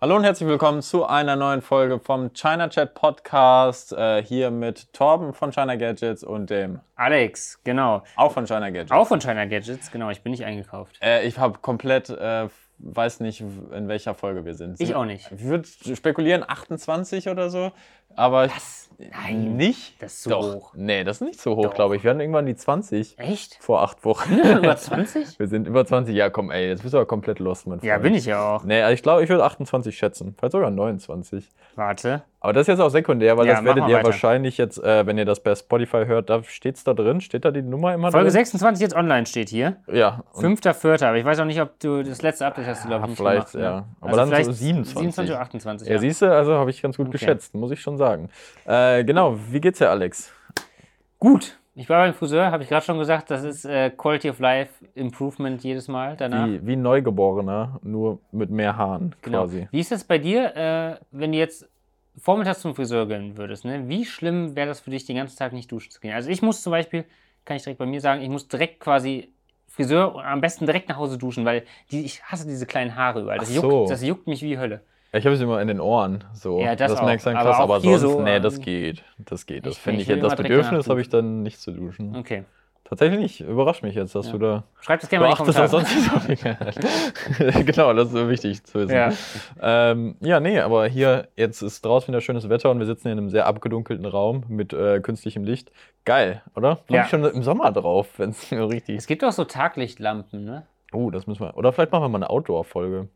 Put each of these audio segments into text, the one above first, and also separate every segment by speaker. Speaker 1: Hallo und herzlich willkommen zu einer neuen Folge vom China Chat Podcast. Äh, hier mit Torben von China Gadgets und dem
Speaker 2: Alex, genau.
Speaker 1: auch von China Gadgets.
Speaker 2: Auch von China Gadgets, genau. Ich bin nicht eingekauft.
Speaker 1: Äh, ich habe komplett, äh, weiß nicht, in welcher Folge wir sind.
Speaker 2: Ich auch nicht.
Speaker 1: Ich würde spekulieren, 28 oder so. Aber
Speaker 2: Was?
Speaker 1: Äh,
Speaker 2: Nein.
Speaker 1: nicht.
Speaker 2: Das ist zu
Speaker 1: Doch.
Speaker 2: hoch.
Speaker 1: Nee, das ist nicht so hoch,
Speaker 2: Doch.
Speaker 1: glaube ich. Wir hatten irgendwann die 20
Speaker 2: Echt?
Speaker 1: vor acht Wochen.
Speaker 2: Über 20?
Speaker 1: wir sind über 20. Ja, komm, ey, jetzt bist du aber komplett lost, mein Freund.
Speaker 2: Ja, bin ich ja auch.
Speaker 1: Nee, also ich glaube, ich würde 28 schätzen. Vielleicht sogar 29.
Speaker 2: Warte.
Speaker 1: Aber das ist jetzt auch sekundär, weil
Speaker 2: Ja,
Speaker 1: das
Speaker 2: mach
Speaker 1: werdet
Speaker 2: mal
Speaker 1: ihr
Speaker 2: weiter.
Speaker 1: wahrscheinlich jetzt, äh, wenn ihr das bei Spotify hört, da steht's da drin. Steht da die Nummer immer
Speaker 2: Folge
Speaker 1: drin?
Speaker 2: 26 jetzt online steht hier.
Speaker 1: Ja. und-
Speaker 2: 5.4. Aber ich weiß auch nicht, ob du das letzte Update hast du, glaube
Speaker 1: Ah,
Speaker 2: ich, nicht
Speaker 1: vielleicht,
Speaker 2: gemacht. ne?
Speaker 1: ja. Aber dann so 27.
Speaker 2: 27 oder 28.
Speaker 1: Ja, siehst du, also habe ich ganz gut
Speaker 2: Okay.
Speaker 1: geschätzt, muss ich schon sagen. Äh, genau, wie geht's dir, Alex?
Speaker 2: Gut. Ich war beim Friseur, habe ich gerade schon gesagt, das ist äh, Quality of Life Improvement jedes Mal danach.
Speaker 1: Wie, wie ein Neugeborener, nur mit mehr Haaren quasi.
Speaker 2: Genau. Wie ist das bei dir, äh, wenn du jetzt vormittags zum Friseur gehen würdest? Ne? Wie schlimm wäre das für dich, den ganzen Tag nicht duschen zu gehen? Also ich muss zum Beispiel, kann ich direkt bei mir sagen, ich muss direkt quasi Friseur und am besten direkt nach Hause duschen, weil die, ich hasse diese kleinen Haare überall. Das,
Speaker 1: Ach so.
Speaker 2: juckt, das juckt mich wie Hölle.
Speaker 1: Ich habe es immer in den Ohren. So.
Speaker 2: Ja, das auch.
Speaker 1: merkst du dann
Speaker 2: Aber
Speaker 1: krass,
Speaker 2: auch
Speaker 1: aber,
Speaker 2: hier
Speaker 1: sonst,
Speaker 2: so,
Speaker 1: nee, das
Speaker 2: ähm,
Speaker 1: geht. Das geht. Das
Speaker 2: ich-
Speaker 1: finde ich,
Speaker 2: ich will
Speaker 1: jetzt, das
Speaker 2: immer direkt danach
Speaker 1: Bedürfnis habe ich
Speaker 2: duschen.
Speaker 1: dann nicht zu duschen.
Speaker 2: Okay.
Speaker 1: Tatsächlich nicht. Überrascht mich jetzt, dass
Speaker 2: Ja.
Speaker 1: du da.
Speaker 2: Schreibt das gerne
Speaker 1: Du
Speaker 2: mal in die
Speaker 1: achtest auf sonst
Speaker 2: Kommentare.
Speaker 1: nicht so viel. Genau, das ist wichtig zu wissen.
Speaker 2: Ja.
Speaker 1: Ähm, ja, nee, aber hier, jetzt ist draußen wieder schönes Wetter und wir sitzen hier in einem sehr abgedunkelten Raum mit äh, künstlichem Licht. Geil, oder? Freue
Speaker 2: Ja.
Speaker 1: ich schon im Sommer drauf, wenn es richtig.
Speaker 2: Es gibt auch so Taglichtlampen, ne?
Speaker 1: Oh, das müssen wir. Oder vielleicht machen wir mal eine Outdoor-Folge.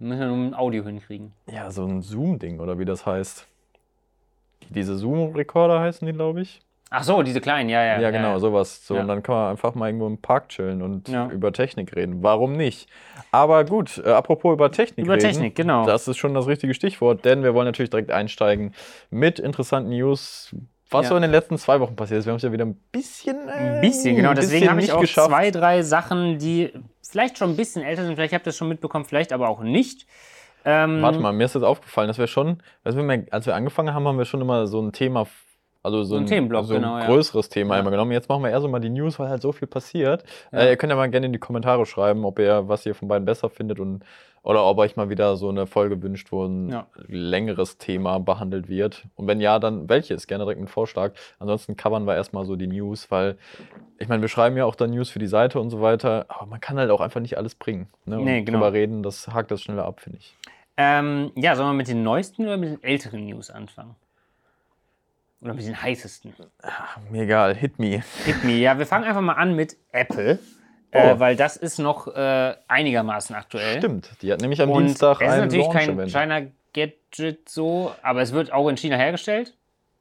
Speaker 2: Müssen wir nur ein Audio hinkriegen.
Speaker 1: Ja, so ein Zoom-Ding oder wie das heißt. Diese Zoom-Rekorder heißen die, glaube ich.
Speaker 2: Ach so, diese kleinen, ja, ja.
Speaker 1: Ja, genau, sowas. So,
Speaker 2: Ja.
Speaker 1: Und dann kann man einfach mal irgendwo im Park chillen und
Speaker 2: Ja.
Speaker 1: über Technik reden. Warum nicht? Aber gut, äh, apropos über Technik
Speaker 2: Über
Speaker 1: reden.
Speaker 2: Technik, genau.
Speaker 1: Das ist schon das richtige Stichwort, denn wir wollen natürlich direkt einsteigen mit interessanten News, was
Speaker 2: Ja.
Speaker 1: so in den letzten zwei Wochen passiert ist. Wir haben es ja wieder ein bisschen. äh,
Speaker 2: Ein bisschen, genau.
Speaker 1: ein
Speaker 2: Deswegen
Speaker 1: bisschen
Speaker 2: habe ich
Speaker 1: nicht
Speaker 2: auch
Speaker 1: geschafft.
Speaker 2: zwei, drei Sachen, die vielleicht schon ein bisschen älter sind. Vielleicht habt ihr das schon mitbekommen, vielleicht aber auch nicht. Ähm,
Speaker 1: Warte mal, mir ist jetzt aufgefallen, dass wir schon, als wir, mal- als wir angefangen haben, haben wir schon immer so ein Thema, also so
Speaker 2: So
Speaker 1: ein,
Speaker 2: ein Themenblock,
Speaker 1: so ein
Speaker 2: genau, ja.
Speaker 1: größeres Thema
Speaker 2: Ja.
Speaker 1: immer genommen. Jetzt machen wir eher so mal die News, weil halt so viel passiert.
Speaker 2: Ja.
Speaker 1: Äh, ihr könnt ja mal gerne in die Kommentare schreiben, ob ihr was ihr von beiden besser findet und oder ob euch mal wieder so eine Folge wünscht, wo ein
Speaker 2: Ja.
Speaker 1: längeres Thema behandelt wird. Und wenn ja, dann welches? Gerne direkt einen Vorschlag. Ansonsten covern wir erstmal so die News, weil ich meine, wir schreiben ja auch dann News für die Seite und so weiter, aber man kann halt auch einfach nicht alles bringen. Ne? Und
Speaker 2: Nee, genau.
Speaker 1: drüber reden, das hakt das schneller ab, finde ich.
Speaker 2: Ähm, ja, sollen wir mit den neuesten oder mit den älteren News anfangen? Oder mit den heißesten?
Speaker 1: Mir egal, hit me.
Speaker 2: Hit me. Ja, wir fangen einfach mal an mit Apple,
Speaker 1: Oh.
Speaker 2: äh, weil das ist noch äh, einigermaßen aktuell.
Speaker 1: Stimmt, die hat nämlich am
Speaker 2: Und
Speaker 1: Dienstag
Speaker 2: es ist
Speaker 1: ein
Speaker 2: natürlich kein
Speaker 1: Launch-Event.
Speaker 2: China Gadget so, aber es wird auch in China hergestellt.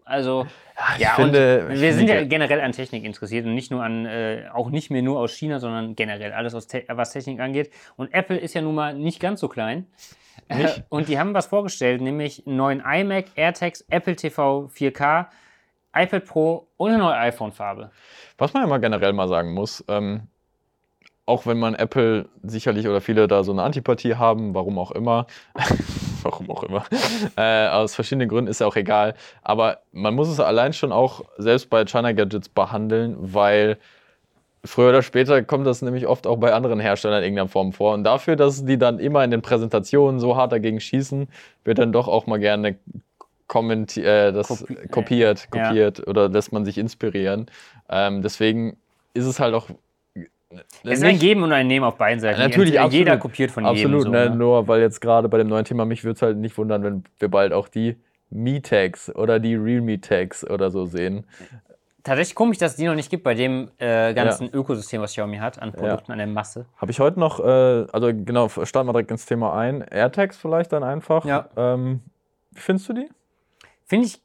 Speaker 2: Also,
Speaker 1: Ah, ich
Speaker 2: ja,
Speaker 1: finde-
Speaker 2: und
Speaker 1: ich
Speaker 2: wir sind
Speaker 1: finde-
Speaker 2: ja generell an Technik interessiert und nicht nur an, äh, auch nicht mehr nur aus China, sondern generell alles, aus Te was Technik angeht. Und Apple ist ja nun mal nicht ganz so klein.
Speaker 1: Nicht?
Speaker 2: Äh, Und die haben was vorgestellt, nämlich einen neuen iMac, AirTags, Apple TV 4K, iPad Pro und eine neue iPhone-Farbe.
Speaker 1: Äh, Was man ja mal generell mal sagen muss, ähm, auch wenn man Apple sicherlich oder viele da so eine Antipathie haben, warum auch immer, warum auch immer, äh, aus verschiedenen Gründen ist ja auch egal, aber man muss es allein schon auch selbst bei China Gadgets behandeln, weil früher oder später kommt das nämlich oft auch bei anderen Herstellern in irgendeiner Form vor und dafür, dass die dann immer in den Präsentationen so hart dagegen schießen, wird dann doch auch mal gerne kommenti- äh, das
Speaker 2: Kopi- äh,
Speaker 1: kopiert,
Speaker 2: ja.
Speaker 1: kopiert oder lässt man sich inspirieren. Ähm, deswegen ist es halt auch.
Speaker 2: Es ist ein Geben und ein Nehmen auf beiden Seiten.
Speaker 1: Natürlich,
Speaker 2: Jeder
Speaker 1: absolut.
Speaker 2: kopiert von
Speaker 1: absolut,
Speaker 2: jedem. so,
Speaker 1: ne?
Speaker 2: ne?
Speaker 1: nur weil jetzt gerade bei dem neuen Thema, mich würde es halt nicht wundern, wenn wir bald auch die Me-Tags oder die Realme-Tags oder so sehen.
Speaker 2: Tatsächlich komisch, dass es die noch nicht gibt bei dem äh, ganzen Ökosystem, was Xiaomi hat, an Produkten, an der Masse.
Speaker 1: Habe ich heute noch, äh, also genau, starten wir direkt ins Thema ein. AirTags vielleicht dann einfach.
Speaker 2: Ja.
Speaker 1: Ähm, wie findest du die?
Speaker 2: Finde ich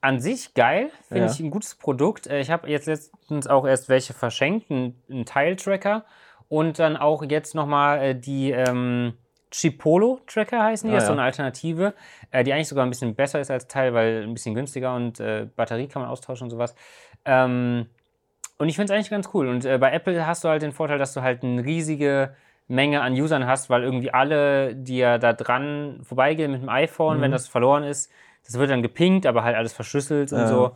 Speaker 2: an sich geil, finde
Speaker 1: Ja.
Speaker 2: ich ein gutes Produkt. Äh, Ich habe jetzt letztens auch erst welche verschenkt, einen einen Teiltracker und dann auch jetzt nochmal die ähm, Chipolo-Tracker heißen die,
Speaker 1: Ah,
Speaker 2: das ist so
Speaker 1: ja.
Speaker 2: eine Alternative, äh, die eigentlich sogar ein bisschen besser ist als Teil, weil ein bisschen günstiger und äh, Batterie kann man austauschen und sowas. Ähm, und ich finde es eigentlich ganz cool. Und äh, bei Apple hast du halt den Vorteil, dass du halt eine riesige Menge an Usern hast, weil irgendwie alle, die ja da dran vorbeigehen mit dem iPhone,
Speaker 1: Mhm.
Speaker 2: wenn das verloren ist, das wird dann gepinkt, aber halt alles verschlüsselt
Speaker 1: Ja.
Speaker 2: und so.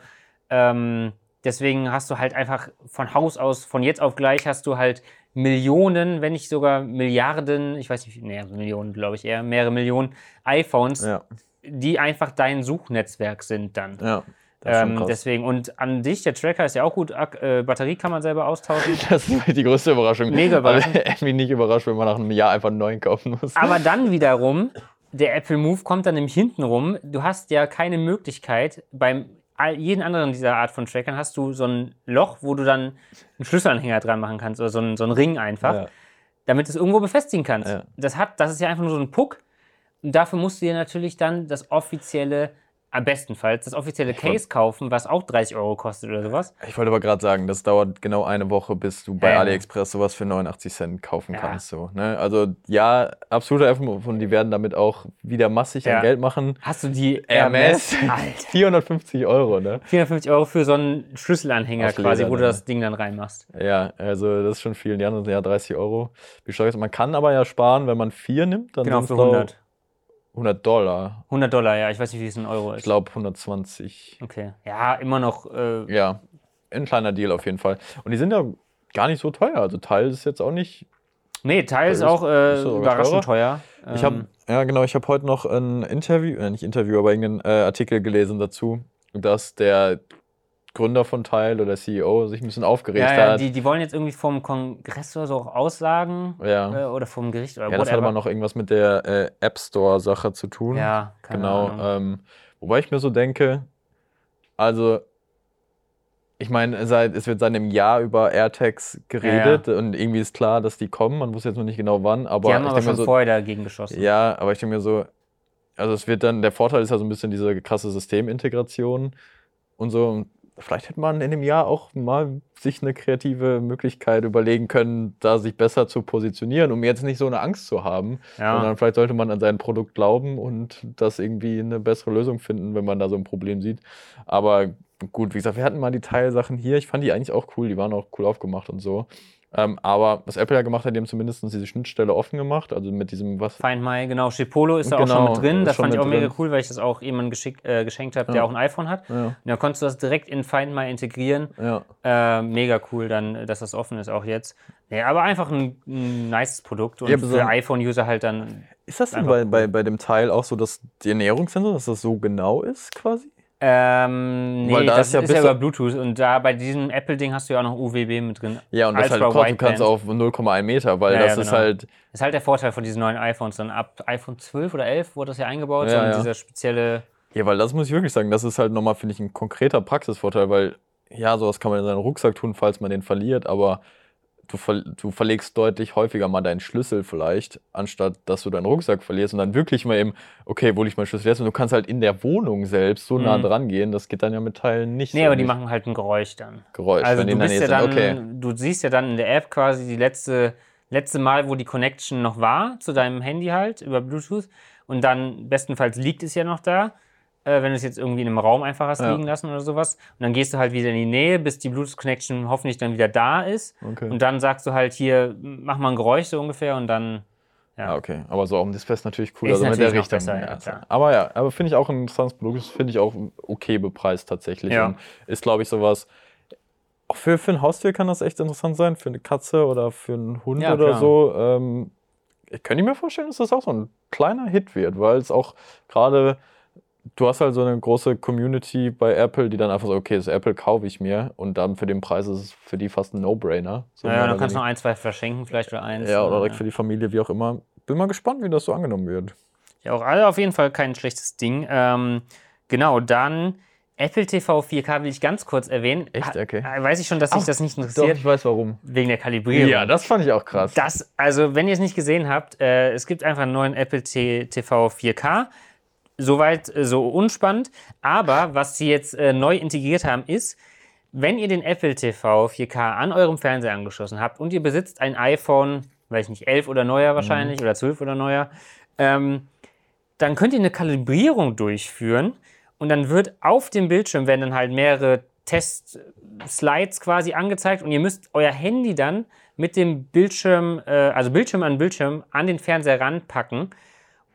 Speaker 2: Ähm, deswegen hast du halt einfach von Haus aus, von jetzt auf gleich hast du halt Millionen, wenn nicht sogar Milliarden, ich weiß nicht, nee, Millionen glaube ich eher, mehrere Millionen iPhones,
Speaker 1: Ja,
Speaker 2: die einfach dein Suchnetzwerk sind dann.
Speaker 1: ja. Das ist schon
Speaker 2: Ähm,
Speaker 1: krass.
Speaker 2: deswegen, und an dich, der Tracker ist ja auch gut, Ak- äh, Batterie kann man selber austauschen.
Speaker 1: Das ist die größte Überraschung.
Speaker 2: Mega überraschend.
Speaker 1: Aber Mich nicht überrascht, wenn man nach einem Jahr einfach einen neuen kaufen muss.
Speaker 2: Aber dann wiederum, der Apple Move kommt dann nämlich hinten rum. Du hast ja keine Möglichkeit, beim all- jeden anderen dieser Art von Trackern hast du so ein Loch, wo du dann einen Schlüsselanhänger dran machen kannst oder so einen, so einen Ring einfach,
Speaker 1: Ja.
Speaker 2: damit du es irgendwo befestigen kannst.
Speaker 1: Ja.
Speaker 2: Das, hat, das ist ja einfach nur so ein Puck. Und dafür musst du dir natürlich dann das offizielle, am bestenfalls, das offizielle Case kaufen, was auch 30 Euro kostet oder sowas.
Speaker 1: Ich wollte aber gerade sagen, das dauert genau eine Woche, bis du bei
Speaker 2: Ja.
Speaker 1: AliExpress sowas für 89 Cent kaufen
Speaker 2: Ja.
Speaker 1: kannst. So, ne? Also ja, absoluter F-Move und die werden damit auch wieder massig
Speaker 2: Ja.
Speaker 1: an Geld machen.
Speaker 2: Hast du die
Speaker 1: Hermes.
Speaker 2: Alter.
Speaker 1: 450 Euro, ne?
Speaker 2: 450 Euro für so einen Schlüsselanhänger
Speaker 1: Aus
Speaker 2: quasi,
Speaker 1: Leder
Speaker 2: wo du
Speaker 1: dann,
Speaker 2: das Ding dann reinmachst.
Speaker 1: Ja, also das ist schon viel. Die anderen sind ja 30 Euro. Wie steuerst Man kann aber ja sparen, wenn man vier nimmt, dann
Speaker 2: Genau,
Speaker 1: sind's
Speaker 2: für
Speaker 1: glaub-
Speaker 2: 100.
Speaker 1: 100 Dollar.
Speaker 2: 100 Dollar, ja. Ich weiß nicht, wie es in Euro ist.
Speaker 1: Ich glaube 120.
Speaker 2: Okay. Ja, immer noch. Äh,
Speaker 1: Ja, ein kleiner Deal auf jeden Fall. Und die sind ja gar nicht so teuer. Also Teil ist jetzt auch nicht
Speaker 2: nee, Teil ist
Speaker 1: Ist-
Speaker 2: auch äh,
Speaker 1: ist sogar
Speaker 2: überraschend teuer.
Speaker 1: Ich habe
Speaker 2: Ähm,
Speaker 1: ja genau, ich habe heute noch ein Interview, äh, nicht Interview, aber irgendeinen äh, Artikel gelesen dazu, dass der Gründer von Teil oder CEO sich ein bisschen aufgeregt
Speaker 2: ja, ja,
Speaker 1: hat.
Speaker 2: die, die wollen jetzt irgendwie vom Kongress oder so auch Aussagen
Speaker 1: ja.
Speaker 2: äh, oder vom Gericht oder
Speaker 1: ja, das hat aber noch irgendwas mit der äh, App Store Sache zu tun.
Speaker 2: Ja, keine
Speaker 1: genau.
Speaker 2: Ahnung.
Speaker 1: Ähm, wobei ich mir so denke, also ich meine, seit, es wird seit einem Jahr über AirTags geredet und irgendwie ist klar, dass die kommen. Man wusste jetzt noch nicht genau wann, aber
Speaker 2: die haben
Speaker 1: ich
Speaker 2: aber
Speaker 1: denk mir
Speaker 2: schon
Speaker 1: so,
Speaker 2: vorher dagegen geschossen.
Speaker 1: Ja, aber ich denke mir so, also es wird dann, der Vorteil ist ja so ein bisschen diese krasse Systemintegration und so. Vielleicht hätte man in dem Jahr auch mal sich eine kreative Möglichkeit überlegen können, da sich besser zu positionieren, um jetzt nicht so eine Angst zu haben.
Speaker 2: Ja.
Speaker 1: Sondern vielleicht sollte man an sein Produkt glauben und das irgendwie eine bessere Lösung finden, wenn man da so ein Problem sieht. Aber gut, wie gesagt, wir hatten mal die Teilsachen hier. Ich fand die eigentlich auch cool. Die waren auch cool aufgemacht und so. Ähm, aber was Apple ja gemacht hat, die haben zumindest diese Schnittstelle offen gemacht. Also mit diesem, was,
Speaker 2: Find My, genau. Shepolo ist da auch schon
Speaker 1: Genau,
Speaker 2: mit drin.
Speaker 1: ist
Speaker 2: Das
Speaker 1: schon
Speaker 2: fand ich auch
Speaker 1: mit
Speaker 2: mega
Speaker 1: drin.
Speaker 2: cool, weil ich das auch jemandem geschick, äh, geschenkt habe, der
Speaker 1: Ja.
Speaker 2: auch ein iPhone hat.
Speaker 1: Ja,
Speaker 2: Und da konntest du das direkt in Find My integrieren.
Speaker 1: ja.
Speaker 2: Äh, mega cool dann, dass das offen ist auch jetzt. Nee, aber einfach ein, ein nices Produkt und
Speaker 1: Ja, so
Speaker 2: für
Speaker 1: ein-
Speaker 2: iPhone-User halt dann
Speaker 1: Ist das denn
Speaker 2: Einfach
Speaker 1: bei, bei, bei dem Teil auch so, dass die Ernährungssensor, dass das so genau ist quasi?
Speaker 2: Ähm, nee,
Speaker 1: Weil da
Speaker 2: das
Speaker 1: ist ja
Speaker 2: ist ja
Speaker 1: bis-
Speaker 2: über Bluetooth und da bei diesem Apple-Ding hast du ja auch noch UWB mit drin.
Speaker 1: Ja, und das
Speaker 2: Als
Speaker 1: halt
Speaker 2: bei
Speaker 1: krass, du kannst
Speaker 2: Wideband.
Speaker 1: auf 0,1 Meter, weil
Speaker 2: Ja,
Speaker 1: das
Speaker 2: ja,
Speaker 1: ist
Speaker 2: genau.
Speaker 1: halt,
Speaker 2: Das ist halt der Vorteil von diesen neuen iPhones. Dann ab iPhone 12 oder 11 wurde das ja eingebaut,
Speaker 1: Ja,
Speaker 2: sondern
Speaker 1: ja.
Speaker 2: dieser spezielle.
Speaker 1: ja, weil das muss ich wirklich sagen, das ist halt nochmal, finde ich, ein konkreter Praxisvorteil, weil ja, sowas kann man in seinen Rucksack tun, falls man den verliert, aber du, ver du verlegst deutlich häufiger mal deinen Schlüssel vielleicht, anstatt dass du deinen Rucksack verlierst und dann wirklich mal eben, okay, wo liegt mein Schlüssel jetzt? Und du kannst halt in der Wohnung selbst so nah
Speaker 2: Mhm.
Speaker 1: dran gehen, das geht dann ja mit Teilen nicht.
Speaker 2: Nee,
Speaker 1: so
Speaker 2: aber die
Speaker 1: nicht.
Speaker 2: machen halt ein Geräusch dann.
Speaker 1: Geräusch,
Speaker 2: Also
Speaker 1: wenn
Speaker 2: du
Speaker 1: die in
Speaker 2: bist ja
Speaker 1: der Nähe
Speaker 2: dann,
Speaker 1: sind. Okay.
Speaker 2: du siehst ja dann in der App quasi die letzte, letzte Mal, wo die Connection noch war, zu deinem Handy halt, über Bluetooth. Und dann bestenfalls liegt es ja noch da, äh, wenn du es jetzt irgendwie in einem Raum einfach hast
Speaker 1: Ja.
Speaker 2: liegen lassen oder sowas. Und dann gehst du halt wieder in die Nähe, bis die Bluetooth-Connection hoffentlich dann wieder da ist.
Speaker 1: okay.
Speaker 2: Und dann sagst du halt hier, mach mal ein Geräusch so ungefähr und dann. Ja.
Speaker 1: Ja, Ah, okay. Aber so auf dem Display ist natürlich cool.
Speaker 2: Ist
Speaker 1: also mit der
Speaker 2: natürlich noch
Speaker 1: Richtung.
Speaker 2: besser, ja,
Speaker 1: ja,
Speaker 2: klar.
Speaker 1: aber ja, aber finde ich auch ein interessantes Produkt. Das Finde ich auch okay bepreist tatsächlich.
Speaker 2: Ja.
Speaker 1: Und ist, glaube ich, sowas. Auch für, für ein Haustier kann das echt interessant sein. Für eine Katze oder für einen Hund
Speaker 2: Ja,
Speaker 1: oder
Speaker 2: klar.
Speaker 1: so. Ähm, ich könnte mir vorstellen, dass das auch so ein kleiner Hit wird, weil es auch gerade. Du hast halt so eine große Community bei Apple, die dann einfach so, okay, das Apple kaufe ich mir und dann für den Preis ist es für die fast ein No-Brainer. So
Speaker 2: Ja,
Speaker 1: mehr
Speaker 2: dann
Speaker 1: oder
Speaker 2: kannst du
Speaker 1: weniger.
Speaker 2: noch ein, zwei verschenken, vielleicht oder eins.
Speaker 1: Ja, oder direkt für die Familie, wie auch immer. Bin mal gespannt, wie das so angenommen wird.
Speaker 2: Ja, auch alle auf jeden Fall kein schlechtes Ding. Ähm, genau, dann Apple TV 4K will ich ganz kurz erwähnen.
Speaker 1: Echt?
Speaker 2: Ha-
Speaker 1: Okay.
Speaker 2: äh, Weiß ich schon, dass dich
Speaker 1: Ach,
Speaker 2: das nicht
Speaker 1: Doch,
Speaker 2: interessiert,
Speaker 1: ich weiß warum.
Speaker 2: wegen der Kalibrierung.
Speaker 1: Ja, das fand ich auch krass.
Speaker 2: Das, also, wenn ihr es nicht gesehen habt, äh, es gibt einfach einen neuen Apple T TV 4K. Soweit äh, so unspannend. Aber was sie jetzt äh, neu integriert haben, ist, wenn ihr den Apple TV 4K an eurem Fernseher angeschlossen habt und ihr besitzt ein iPhone, weiß ich nicht, 11 oder
Speaker 1: Mhm.
Speaker 2: neuer wahrscheinlich oder 12 oder neuer, ähm, dann könnt ihr eine Kalibrierung durchführen und dann wird auf dem Bildschirm werden dann halt mehrere Test-Slides quasi angezeigt und ihr müsst euer Handy dann mit dem Bildschirm, äh, also Bildschirm an Bildschirm, an den Fernseher ranpacken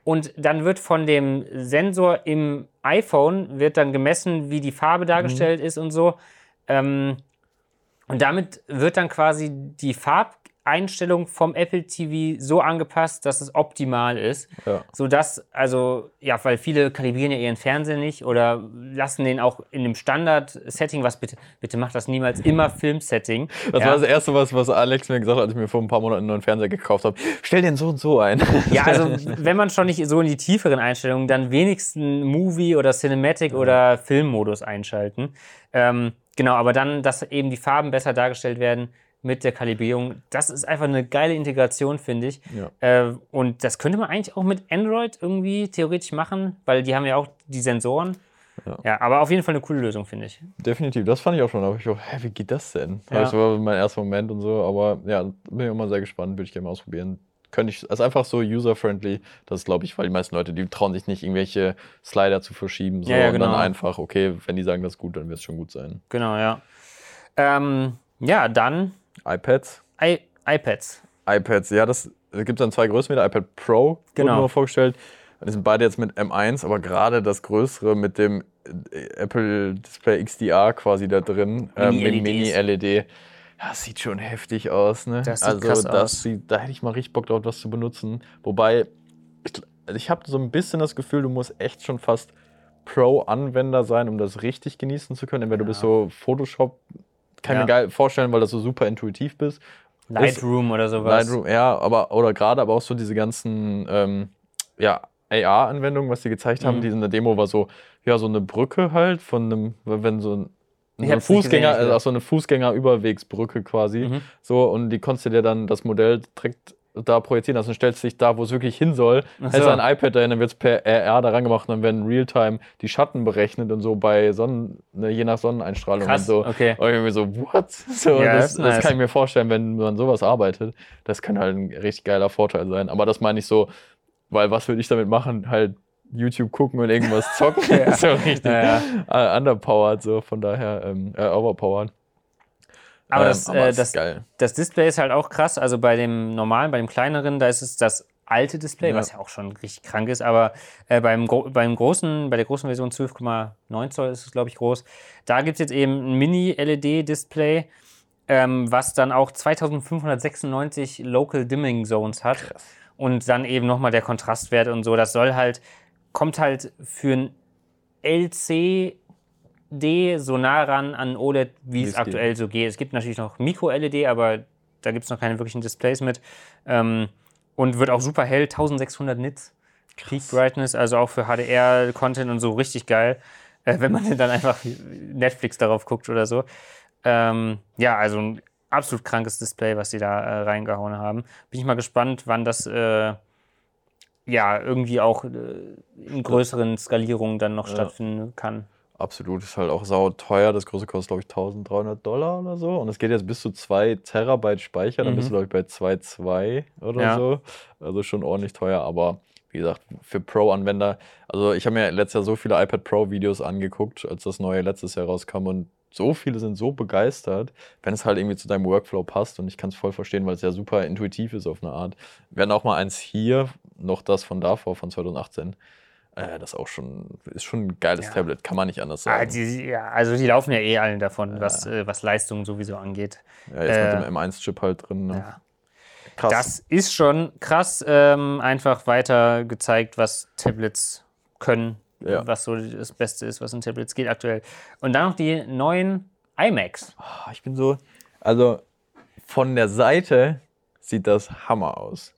Speaker 2: und dann wird von dem Sensor im iPhone wird dann gemessen, wie die Farbe dargestellt ist und so. Ähm, und damit wird dann quasi die Farb Einstellung vom Apple TV so angepasst, dass es optimal ist.
Speaker 1: Ja.
Speaker 2: Sodass, also, ja, weil viele kalibrieren ja ihren Fernseher nicht oder lassen den auch in dem Standard-Setting, was bitte, bitte macht das niemals immer Film-Setting.
Speaker 1: Das
Speaker 2: ja.
Speaker 1: war das Erste, was, was Alex mir gesagt hat, als ich mir vor ein paar Monaten einen neuen Fernseher gekauft habe. Stell den so und so ein.
Speaker 2: Ja, also wenn man schon nicht so in die tieferen Einstellungen, dann wenigstens Movie oder Cinematic oder Filmmodus einschalten. Ähm, genau, aber dann, dass eben die Farben besser dargestellt werden mit der Kalibrierung, das ist einfach eine geile Integration, finde ich.
Speaker 1: Ja.
Speaker 2: Äh, und das könnte man eigentlich auch mit Android irgendwie theoretisch machen, weil die haben ja auch die Sensoren.
Speaker 1: Ja.
Speaker 2: Ja, aber auf jeden Fall eine coole Lösung, finde ich.
Speaker 1: Definitiv, das fand ich auch schon. Da habe ich gedacht, hä, wie geht das denn?
Speaker 2: Ja.
Speaker 1: Das war mein erster Moment und so, aber ja, bin ich auch mal sehr gespannt, würde ich gerne mal ausprobieren. Könnte ich, also einfach so user-friendly, das glaube ich, weil die meisten Leute, die trauen sich nicht, irgendwelche Slider zu verschieben, so
Speaker 2: Ja, ja,
Speaker 1: und dann
Speaker 2: genau.
Speaker 1: einfach, okay, wenn die sagen, das ist gut, dann wird es schon gut sein.
Speaker 2: Genau, ja. Ähm, ja, dann
Speaker 1: iPads,
Speaker 2: I iPads.
Speaker 1: iPads, ja, das gibt es dann zwei Größen wieder. iPad Pro
Speaker 2: Genau.
Speaker 1: wurde nur vorgestellt. Die sind beide jetzt mit M1, aber gerade das größere mit dem äh, Apple Display XDR quasi da drin, äh,
Speaker 2: E
Speaker 1: mit
Speaker 2: Mini-LEDs.
Speaker 1: Mini-LED. Das sieht schon heftig aus, ne?
Speaker 2: Das sieht
Speaker 1: also,
Speaker 2: krass
Speaker 1: das
Speaker 2: aus.
Speaker 1: Sieht, da hätte ich mal richtig Bock drauf, das zu benutzen. Wobei, ich, gl- also ich habe so ein bisschen das Gefühl, du musst echt schon fast Pro-Anwender sein, um das richtig genießen zu können. Entweder du bist
Speaker 2: Ja.
Speaker 1: so Photoshop, kann
Speaker 2: Ja.
Speaker 1: mir geil vorstellen, weil das so super intuitiv bist.
Speaker 2: Lightroom oder sowas.
Speaker 1: Lightroom, ja, aber oder gerade aber auch so diese ganzen ähm, ja, AR-Anwendungen, was die gezeigt haben,
Speaker 2: Mhm.
Speaker 1: die in der Demo war so, ja, so eine Brücke halt von einem, wenn so ein so
Speaker 2: Ich
Speaker 1: eine
Speaker 2: hab's nicht gesehen,
Speaker 1: Fußgänger,
Speaker 2: ehrlich
Speaker 1: also
Speaker 2: gesagt.
Speaker 1: auch so eine Fußgängerüberwegsbrücke quasi.
Speaker 2: Mhm.
Speaker 1: So, und die konntest du dir dann das Modell direkt da projizieren lassen, stellst dich da, wo es wirklich hin soll,
Speaker 2: Ach
Speaker 1: hältst
Speaker 2: so.
Speaker 1: dein iPad dahin, dann wird es per RR da rangemacht und dann werden Realtime die Schatten berechnet und so bei Sonnen, ne, je nach Sonneneinstrahlung und
Speaker 2: Krass,
Speaker 1: so.
Speaker 2: okay.
Speaker 1: Und ich bin mir so, what? So,
Speaker 2: Ja,
Speaker 1: das,
Speaker 2: das ist
Speaker 1: das
Speaker 2: nice.
Speaker 1: kann ich mir vorstellen, wenn man sowas arbeitet. Das kann halt ein richtig geiler Vorteil sein. Aber das meine ich so, weil was würde ich damit machen? Halt YouTube gucken und irgendwas zocken.
Speaker 2: Ja.
Speaker 1: so richtig
Speaker 2: Ja,
Speaker 1: äh, underpowered, so von daher, ähm, äh, overpowered.
Speaker 2: Aber
Speaker 1: Ähm,
Speaker 2: das, äh,
Speaker 1: es ist
Speaker 2: das-
Speaker 1: geil.
Speaker 2: Das Display ist halt auch krass. Also bei dem normalen, bei dem kleineren, da ist es das alte Display,
Speaker 1: Ja.
Speaker 2: was ja auch schon richtig krank ist. Aber äh, beim, gro beim großen, bei der großen Version 12,9 Zoll ist es, glaube ich, groß. Da gibt es jetzt eben ein Mini-LED-Display, ähm, was dann auch 2596 Local Dimming Zones hat. Und dann eben nochmal der Kontrastwert und so. Das soll halt, kommt halt für ein LC D so nah ran an OLED, wie
Speaker 1: Wie es
Speaker 2: es
Speaker 1: geht.
Speaker 2: aktuell so geht. Es gibt natürlich noch Micro-LED, aber da gibt es noch keine wirklichen Displays mit. Ähm, und wird auch super hell, 1600 Nits. Peak Brightness, also auch für HDR-Content und so richtig geil, äh, wenn man denn dann einfach Netflix darauf guckt oder so. Ähm, ja, also ein absolut krankes Display, was die da äh, reingehauen haben. Bin ich mal gespannt, wann das äh, ja irgendwie auch äh, in größeren Skalierungen dann noch
Speaker 1: Ja.
Speaker 2: stattfinden kann.
Speaker 1: Absolut, ist halt auch sau teuer. Das große kostet, glaube ich, 1300 Dollar oder so. Und es geht jetzt bis zu 2 Terabyte Speicher. Dann bist du, glaube
Speaker 2: Mhm.
Speaker 1: ich, bei 2,2 oder
Speaker 2: Ja.
Speaker 1: so. Also schon ordentlich teuer. Aber wie gesagt, für Pro-Anwender. Also, ich habe mir letztes Jahr so viele iPad Pro-Videos angeguckt, als das neue letztes Jahr rauskam. Und so viele sind so begeistert, wenn es halt irgendwie zu deinem Workflow passt. Und ich kann es voll verstehen, weil es ja super intuitiv ist auf eine Art. Wir hatten auch mal eins hier, noch das von davor, von 2018. Äh, das ist auch schon, ist schon ein geiles
Speaker 2: Ja.
Speaker 1: Tablet, kann man nicht anders sagen.
Speaker 2: Ah, die, ja, also die laufen ja eh allen davon, was, äh, was Leistung sowieso angeht.
Speaker 1: Ja, jetzt
Speaker 2: Äh,
Speaker 1: mit dem M1-Chip halt drin. Ne?
Speaker 2: Ja.
Speaker 1: Krass.
Speaker 2: Das ist schon krass, ähm, einfach weiter gezeigt, was Tablets können,
Speaker 1: Ja.
Speaker 2: was so das Beste ist, was in Tablets geht aktuell. Und dann noch die neuen iMacs.
Speaker 1: Ah, ich bin so. Also von der Seite sieht das Hammer aus.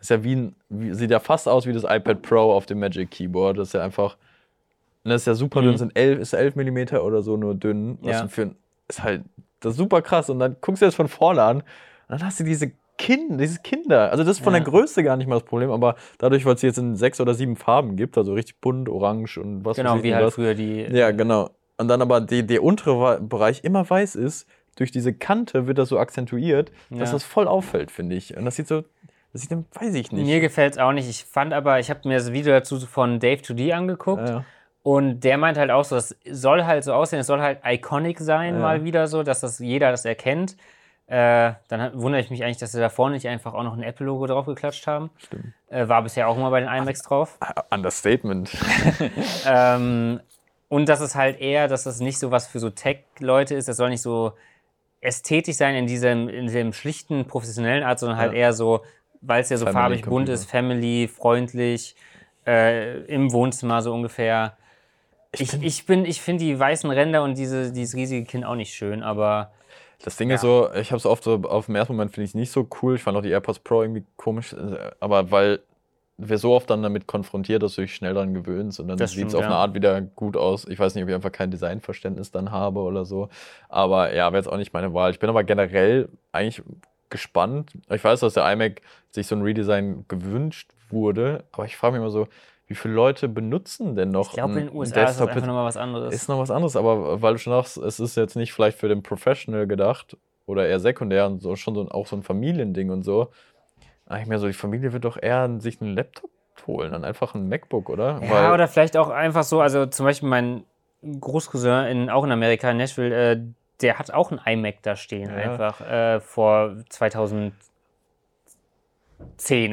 Speaker 1: Ist ja wie ein, wie, sieht ja fast aus wie das iPad Pro auf dem Magic Keyboard. Das ist ja einfach. ne, Das ist ja super dünn,
Speaker 2: Mhm.
Speaker 1: sind 11, ist 11 mm oder so nur dünn. Was
Speaker 2: Ja.
Speaker 1: für ein, ist halt das ist super krass. Und dann guckst du das von vorne an und dann hast du diese Kind, dieses Kinder. Also das ist von
Speaker 2: Ja.
Speaker 1: der Größe gar nicht mal das Problem, aber dadurch, weil es sie jetzt in sechs oder sieben Farben gibt, also richtig bunt, orange und was weiß
Speaker 2: Genau,
Speaker 1: ich
Speaker 2: wie
Speaker 1: nicht
Speaker 2: halt
Speaker 1: was.
Speaker 2: früher die.
Speaker 1: Ja, genau. Und dann aber die, der untere Wa- Bereich immer weiß ist, durch diese Kante wird das so akzentuiert, dass
Speaker 2: Ja.
Speaker 1: das voll auffällt, finde ich. Und das sieht so, das sieht dann, weiß ich nicht.
Speaker 2: Mir gefällt es auch nicht. Ich fand aber, ich habe mir das Video dazu von Dave2D angeguckt
Speaker 1: ja,
Speaker 2: und der meint halt auch so, das soll halt so aussehen, es soll halt iconic sein,
Speaker 1: Ja.
Speaker 2: mal wieder so, dass das jeder das erkennt. Äh, dann hat, wundere ich mich eigentlich, dass sie da vorne nicht einfach auch noch ein Apple-Logo draufgeklatscht haben.
Speaker 1: stimmt.
Speaker 2: Äh, war bisher auch immer bei den iMacs drauf.
Speaker 1: Ah, Understatement.
Speaker 2: Ähm, und dass es halt eher, dass es nicht so was für so Tech-Leute ist, das soll nicht so ästhetisch sein in diesem, in diesem schlichten, professionellen Art, sondern halt
Speaker 1: Ja.
Speaker 2: eher so, weil es ja so
Speaker 1: Family
Speaker 2: farbig bunt
Speaker 1: Computer.
Speaker 2: ist, family, freundlich, äh, im Wohnzimmer so ungefähr. Ich, ich, bin- ich finde die weißen Ränder und diese, dieses riesige Kinn auch nicht schön, aber
Speaker 1: Das Ding
Speaker 2: Ja.
Speaker 1: ist so, ich habe es oft so, auf dem ersten Moment finde ich es nicht so cool. Ich fand auch die AirPods Pro irgendwie komisch, äh, aber weil wir so oft dann damit konfrontiert, dass du dich schnell daran gewöhnst und dann
Speaker 2: Das
Speaker 1: sieht es
Speaker 2: stimmt,
Speaker 1: auf eine
Speaker 2: ja.
Speaker 1: Art wieder gut aus. Ich weiß nicht, ob ich einfach kein Designverständnis dann habe oder so. Aber ja, wäre jetzt auch nicht meine Wahl. Ich bin aber generell eigentlich gespannt. Ich weiß, dass der iMac sich so ein Redesign gewünscht wurde, aber ich frage mich immer so, wie viele Leute benutzen denn noch
Speaker 2: ich glaube, in
Speaker 1: einen
Speaker 2: den USA ist das
Speaker 1: Desktop-PC?
Speaker 2: einfach nochmal was anderes.
Speaker 1: Ist noch was anderes, aber weil du schon sagst, es ist jetzt nicht vielleicht für den Professional gedacht oder eher sekundär und so, schon so ein, auch so ein Familiending und so. Eigentlich mehr so, die Familie wird doch eher n- sich einen Laptop holen, dann einfach ein MacBook, oder?
Speaker 2: Ja, oder vielleicht auch einfach so, also zum Beispiel mein Großcousin, in, auch in Amerika, in Nashville, äh, der hat auch ein iMac da stehen,
Speaker 1: Ja.
Speaker 2: einfach äh, vor 2010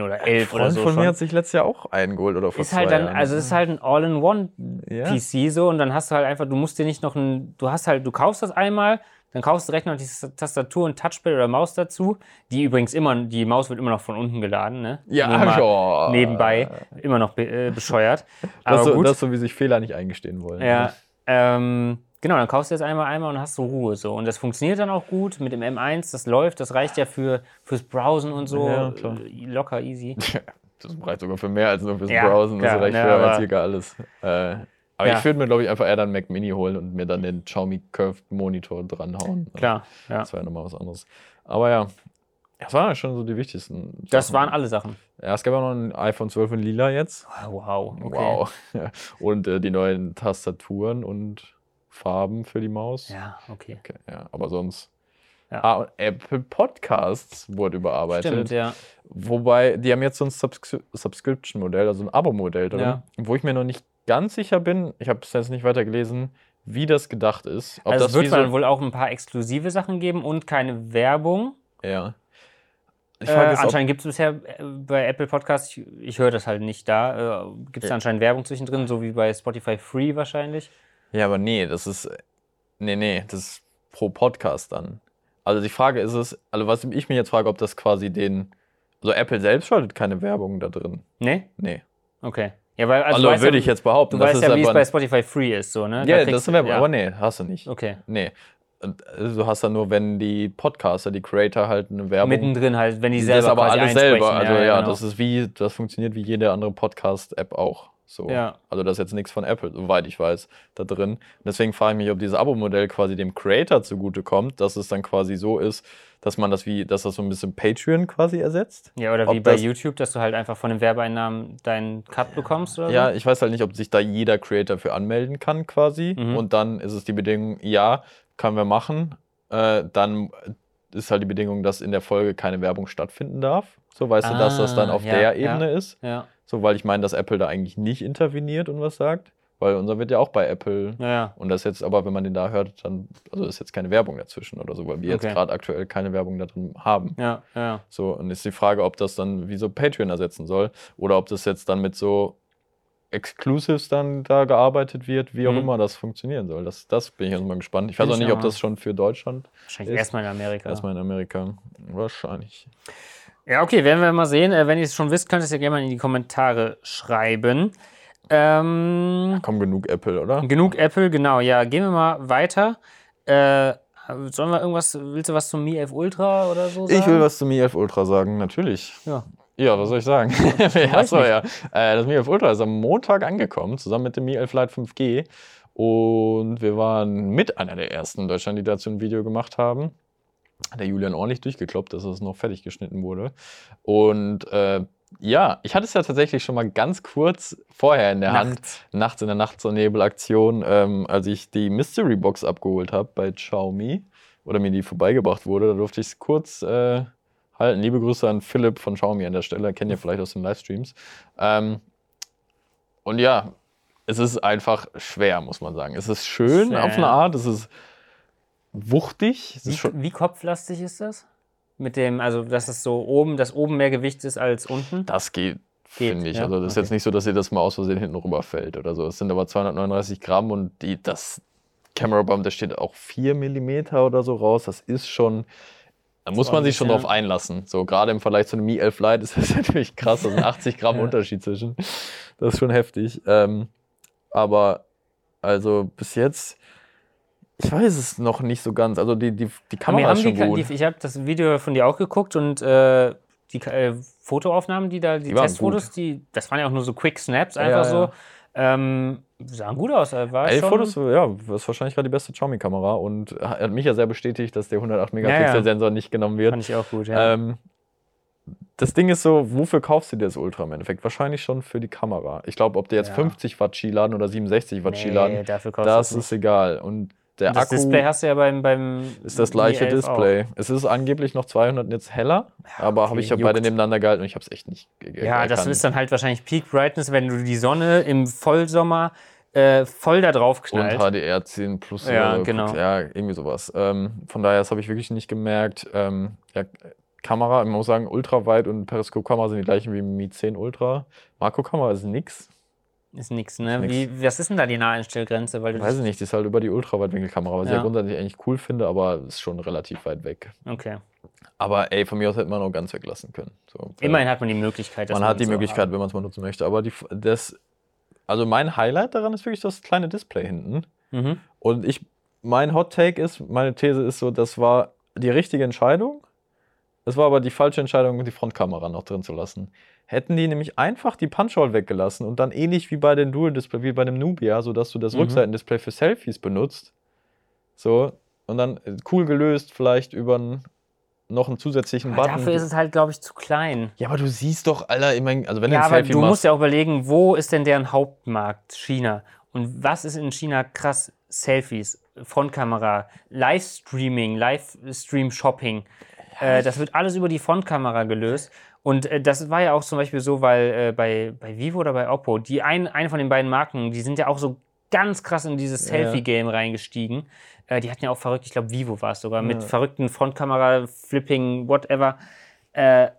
Speaker 2: oder
Speaker 1: ein
Speaker 2: 11
Speaker 1: Freund
Speaker 2: oder so.
Speaker 1: von mir
Speaker 2: Schon.
Speaker 1: hat sich letztes Jahr auch eingeholt oder vor
Speaker 2: Ist
Speaker 1: zwei
Speaker 2: halt dann,
Speaker 1: Jahren.
Speaker 2: also ist halt ein
Speaker 1: Ja.
Speaker 2: All-in-One-PC so und dann hast du halt einfach, du musst dir nicht noch ein, du hast halt, du kaufst das einmal, dann kaufst du direkt noch die Tastatur und Touchpad oder Maus dazu, die übrigens immer, die Maus wird immer noch von unten geladen, ne? Nur
Speaker 1: ja,
Speaker 2: mal
Speaker 1: ja.
Speaker 2: Nebenbei, immer noch be äh, bescheuert. Aber
Speaker 1: Das, so,
Speaker 2: gut.
Speaker 1: das so, wie sich Fehler nicht eingestehen wollen.
Speaker 2: Ja, ähm, genau, dann kaufst du jetzt einmal einmal und hast du Ruhe so. Und das funktioniert dann auch gut mit dem M1, das läuft, das reicht ja für, fürs Browsen und so.
Speaker 1: Ja, klar.
Speaker 2: äh, Locker, easy.
Speaker 1: Das reicht sogar für mehr als nur fürs
Speaker 2: Ja,
Speaker 1: Browsen.
Speaker 2: klar,
Speaker 1: das reicht
Speaker 2: ne,
Speaker 1: für
Speaker 2: aber-
Speaker 1: aber, circa alles. Äh, aber
Speaker 2: Ja.
Speaker 1: ich würde mir, glaube ich, einfach eher dann Mac Mini holen und mir dann den Xiaomi Curved Monitor dranhauen.
Speaker 2: Klar, ja.
Speaker 1: Das wäre nochmal was anderes. Aber ja, das waren ja schon so die wichtigsten.
Speaker 2: Das
Speaker 1: Sachen.
Speaker 2: waren alle Sachen. Ah,
Speaker 1: Ja, es gab auch noch ein iPhone 12 in lila jetzt.
Speaker 2: Wow, okay.
Speaker 1: Wow. Und äh, die neuen Tastaturen und Farben für die Maus.
Speaker 2: Ja, okay.
Speaker 1: Okay, ja. Aber sonst.
Speaker 2: Ja.
Speaker 1: Ah, und Apple Podcasts wurde überarbeitet.
Speaker 2: Stimmt, ja.
Speaker 1: Wobei, die haben jetzt so ein Subscri Subscription-Modell, also ein Abo-Modell drin,
Speaker 2: Ja.
Speaker 1: wo ich mir noch nicht ganz sicher bin, ich habe es jetzt nicht weiter gelesen, wie das gedacht ist. Ob
Speaker 2: also es
Speaker 1: das
Speaker 2: wird
Speaker 1: wie so-
Speaker 2: dann wohl auch ein paar exklusive Sachen geben und keine Werbung.
Speaker 1: Ja. Ich
Speaker 2: Äh,
Speaker 1: frage jetzt, ob,
Speaker 2: anscheinend gibt es bisher äh, bei Apple Podcasts, ich, ich höre das halt nicht da, äh, gibt es
Speaker 1: Ja.
Speaker 2: anscheinend Werbung zwischendrin, so wie bei Spotify Free wahrscheinlich.
Speaker 1: ja, aber nee, das ist. Nee, nee, das ist pro Podcast dann. Also die Frage ist es, also was ich mir jetzt frage, ob das quasi den. Also Apple selbst schaltet keine Werbung da drin.
Speaker 2: Ne?
Speaker 1: Nee.
Speaker 2: Okay. Ja, weil, also,
Speaker 1: Also,
Speaker 2: du weißt
Speaker 1: würde
Speaker 2: ja,
Speaker 1: ich jetzt behaupten.
Speaker 2: Du weißt
Speaker 1: ist
Speaker 2: ja, wie es
Speaker 1: einfach
Speaker 2: bei Spotify Free ist, so, ne?
Speaker 1: ein, Ja,
Speaker 2: Da
Speaker 1: das
Speaker 2: kriegst
Speaker 1: ist Werbung,
Speaker 2: du- ja.
Speaker 1: aber nee, hast du nicht.
Speaker 2: Okay.
Speaker 1: Nee. Und, also Du hast dann nur, wenn die Podcaster, die Creator halt eine Werbung.
Speaker 2: Mittendrin halt, wenn die
Speaker 1: die
Speaker 2: selber
Speaker 1: das aber
Speaker 2: quasi
Speaker 1: alles
Speaker 2: einsprechen.
Speaker 1: selber. Also ja,
Speaker 2: genau.
Speaker 1: das ist wie, das funktioniert wie jede andere Podcast-App auch. So.
Speaker 2: Ja.
Speaker 1: Also das ist jetzt nichts von Apple, soweit ich weiß, da drin. Und deswegen frage ich mich, ob dieses Abo-Modell quasi dem Creator zugutekommt, dass es dann quasi so ist, dass man das wie, dass das so ein bisschen Patreon quasi ersetzt.
Speaker 2: ja, oder
Speaker 1: ob
Speaker 2: wie bei
Speaker 1: das-
Speaker 2: YouTube, dass du halt einfach von den Werbeeinnahmen deinen Cut bekommst oder
Speaker 1: Ja,
Speaker 2: so.
Speaker 1: ich weiß halt nicht, ob sich da jeder Creator für anmelden kann quasi.
Speaker 2: Mhm.
Speaker 1: Und dann ist es die Bedingung, ja, können wir machen. Äh, dann ist halt die Bedingung, dass in der Folge keine Werbung stattfinden darf. So weißt du, dass das dann
Speaker 2: Ah,
Speaker 1: auf
Speaker 2: ja,
Speaker 1: der
Speaker 2: ja.
Speaker 1: Ebene ist.
Speaker 2: Ja.
Speaker 1: So, weil ich meine, dass Apple da eigentlich nicht interveniert und was sagt. Weil unser wird ja auch bei Apple.
Speaker 2: Ja, ja.
Speaker 1: Und das jetzt aber, wenn man den da hört, dann also ist jetzt keine Werbung dazwischen oder so, weil wir
Speaker 2: Okay.
Speaker 1: jetzt gerade aktuell keine Werbung da drin haben.
Speaker 2: Ja, ja, ja.
Speaker 1: So, und ist die Frage, ob das dann wie so Patreon ersetzen soll oder ob das jetzt dann mit so Exclusives dann da gearbeitet wird, wie auch
Speaker 2: Mhm.
Speaker 1: immer das funktionieren soll. Das, das bin ich jetzt mal gespannt. Ich weiß
Speaker 2: Bin
Speaker 1: auch
Speaker 2: ich
Speaker 1: nicht,
Speaker 2: auch
Speaker 1: ob
Speaker 2: mal.
Speaker 1: das schon für Deutschland
Speaker 2: Wahrscheinlich
Speaker 1: Ist-
Speaker 2: erstmal in Amerika.
Speaker 1: erstmal in Amerika. Wahrscheinlich.
Speaker 2: Ja, okay, werden wir mal sehen. Äh, wenn ihr es schon wisst, könnt ihr es ja gerne mal in die Kommentare schreiben. Ähm,
Speaker 1: Komm, genug Apple, oder?
Speaker 2: Genug Apple, genau. Ja, gehen wir mal weiter. Äh, sollen wir irgendwas, willst du was zum Mi 11 Ultra oder so sagen?
Speaker 1: Ich will was zum Mi 11 Ultra sagen, natürlich.
Speaker 2: Ja.
Speaker 1: Ja, was soll ich sagen? Achso,
Speaker 2: nicht.
Speaker 1: ja. Äh, Das Mi 11 Ultra ist am Montag angekommen, zusammen mit dem Mi 11 Lite 5G. Und wir waren mit einer der ersten in Deutschland, die dazu ein Video gemacht haben. Hat Der Julian ordentlich durchgekloppt, dass es noch fertig geschnitten wurde. Und äh, ja, ich hatte es ja tatsächlich schon mal ganz kurz vorher in der Hand.
Speaker 2: Nachts.
Speaker 1: Nachts in der Nacht zur Nebelaktion, ähm, als ich die Mystery Box abgeholt habe bei Xiaomi oder mir die vorbeigebracht wurde, da durfte ich es kurz äh, halten. Liebe Grüße an Philipp von Xiaomi an der Stelle, kennt ihr vielleicht aus den Livestreams. Ähm, und ja, es ist einfach schwer, muss man sagen. Es ist schön
Speaker 2: Schwer,
Speaker 1: auf eine
Speaker 2: ja.
Speaker 1: Art, es ist wuchtig. Es ist schon,
Speaker 2: Wie, wie kopflastig ist das? Mit dem, also dass es so oben, dass oben mehr Gewicht ist als unten.
Speaker 1: Das geht,
Speaker 2: Mhm. Geht,
Speaker 1: finde ich.
Speaker 2: ja?
Speaker 1: Also das ist
Speaker 2: Okay.
Speaker 1: jetzt nicht so, dass ihr das mal aus Versehen hinten rüberfällt oder so. Es sind aber 239 Gramm und die, das Camera Bump, da steht auch 4 mm oder so raus. Das ist schon. Da muss man sich schon
Speaker 2: ordentlich,
Speaker 1: drauf einlassen. So, gerade im Vergleich zu einem Mi 11 Lite ist das natürlich krass. Das sind 80 Gramm
Speaker 2: Ja.
Speaker 1: Unterschied zwischen. Das ist schon heftig. Ähm, aber, also bis jetzt, ich weiß es noch nicht so ganz. Also, die, die, die
Speaker 2: Mir
Speaker 1: Kamera
Speaker 2: haben
Speaker 1: ist schon
Speaker 2: die, Ka-
Speaker 1: gut.
Speaker 2: Die, ich habe das Video von dir auch geguckt und äh, die Ka- äh, Fotoaufnahmen, die da, die,
Speaker 1: Die waren
Speaker 2: Testfotos, die, das waren ja auch nur so Quick Snaps
Speaker 1: Ja,
Speaker 2: einfach
Speaker 1: ja.
Speaker 2: so. Ähm, sahen gut aus. äh, War
Speaker 1: Elf
Speaker 2: schon,
Speaker 1: Fotos, ja, das ist wahrscheinlich gerade die beste Xiaomi-Kamera und hat mich ja sehr bestätigt, dass der 108-Megapixel-Sensor nicht genommen wird.
Speaker 2: fand ich auch gut, ja.
Speaker 1: Ähm, das Ding ist so, wofür kaufst du dir das Ultra im Endeffekt? Wahrscheinlich schon für die Kamera. Ich glaube, ob du jetzt
Speaker 2: Ja.
Speaker 1: 50 Watt Skiladen oder 67 Watt
Speaker 2: nee,
Speaker 1: Skiladen,
Speaker 2: dafür kostet
Speaker 1: das
Speaker 2: es nicht.
Speaker 1: ist egal. Und der
Speaker 2: Und das
Speaker 1: Akku
Speaker 2: Display hast du ja beim, beim
Speaker 1: ist das
Speaker 2: Mi
Speaker 1: gleiche
Speaker 2: 11 auch.
Speaker 1: Display. Es ist angeblich noch 200 Nits heller, aber habe ich ja
Speaker 2: okay,
Speaker 1: beide
Speaker 2: juckt.
Speaker 1: nebeneinander gehalten und ich habe es echt nicht ge- ge-
Speaker 2: Ja, das ist dann halt wahrscheinlich Peak Brightness, wenn du die Sonne im Vollsommer äh, voll da drauf
Speaker 1: Und halt
Speaker 2: knallst.
Speaker 1: HDR 10 plus.
Speaker 2: Ja,
Speaker 1: oder-
Speaker 2: genau.
Speaker 1: Ja, irgendwie sowas. Ähm, von daher, das habe ich wirklich nicht gemerkt. Ähm, ja, Kamera, man muss sagen, ultraweit und Periskopkamera sind die gleichen wie Mi 10 Ultra. Makrokamera ist nix.
Speaker 2: Ist nix, ne?
Speaker 1: Ist nix.
Speaker 2: Wie, was ist denn da die Naheinstellgrenze? Weil du
Speaker 1: Weiß ich nicht, die ist halt über die Ultraweitwinkelkamera, was ich
Speaker 2: Ja.
Speaker 1: ja grundsätzlich eigentlich cool finde, aber ist schon relativ weit weg.
Speaker 2: Okay.
Speaker 1: Aber ey, von mir aus hätte man auch ganz weglassen können. So, weil
Speaker 2: Immerhin hat man die Möglichkeit. dass
Speaker 1: Äh, Man hat die
Speaker 2: es so
Speaker 1: Möglichkeit, wenn man es mal nutzen möchte. Aber die, das, also mein Highlight daran ist wirklich das kleine Display hinten.
Speaker 2: hat. Mhm.
Speaker 1: Und ich, mein Hot Take ist, meine These ist so, das war die richtige Entscheidung. Es war aber die falsche Entscheidung, die Frontkamera noch drin zu lassen. Hätten die nämlich einfach die Punch-Hole weggelassen und dann ähnlich wie bei den Dual-Display, wie bei dem Nubia, sodass du das
Speaker 2: Mhm.
Speaker 1: Rückseitendisplay für Selfies benutzt. So, und dann äh, cool gelöst, vielleicht über n- noch einen zusätzlichen
Speaker 2: Aber
Speaker 1: Button.
Speaker 2: dafür ist es halt, glaube ich, zu klein.
Speaker 1: ja, aber du siehst doch, Alter, ich mein, also wenn
Speaker 2: Ja,
Speaker 1: du ein
Speaker 2: aber
Speaker 1: Selfie
Speaker 2: du musst
Speaker 1: machst,
Speaker 2: ja auch überlegen, wo ist denn deren Hauptmarkt? China. Und was ist in China krass? Selfies, Frontkamera, Livestreaming, Livestream-Shopping. Äh, das wird alles über die Frontkamera gelöst. Und äh, das war ja auch zum Beispiel so, weil äh, bei, bei Vivo oder bei Oppo, die ein, eine von den beiden Marken, die sind ja auch so ganz krass in dieses
Speaker 1: Ja, ja.
Speaker 2: Selfie-Game reingestiegen. Äh, die hatten ja auch verrückt, ich glaube, Vivo war es sogar, mit
Speaker 1: Ja.
Speaker 2: verrückten Frontkamera, Flipping, whatever. Äh,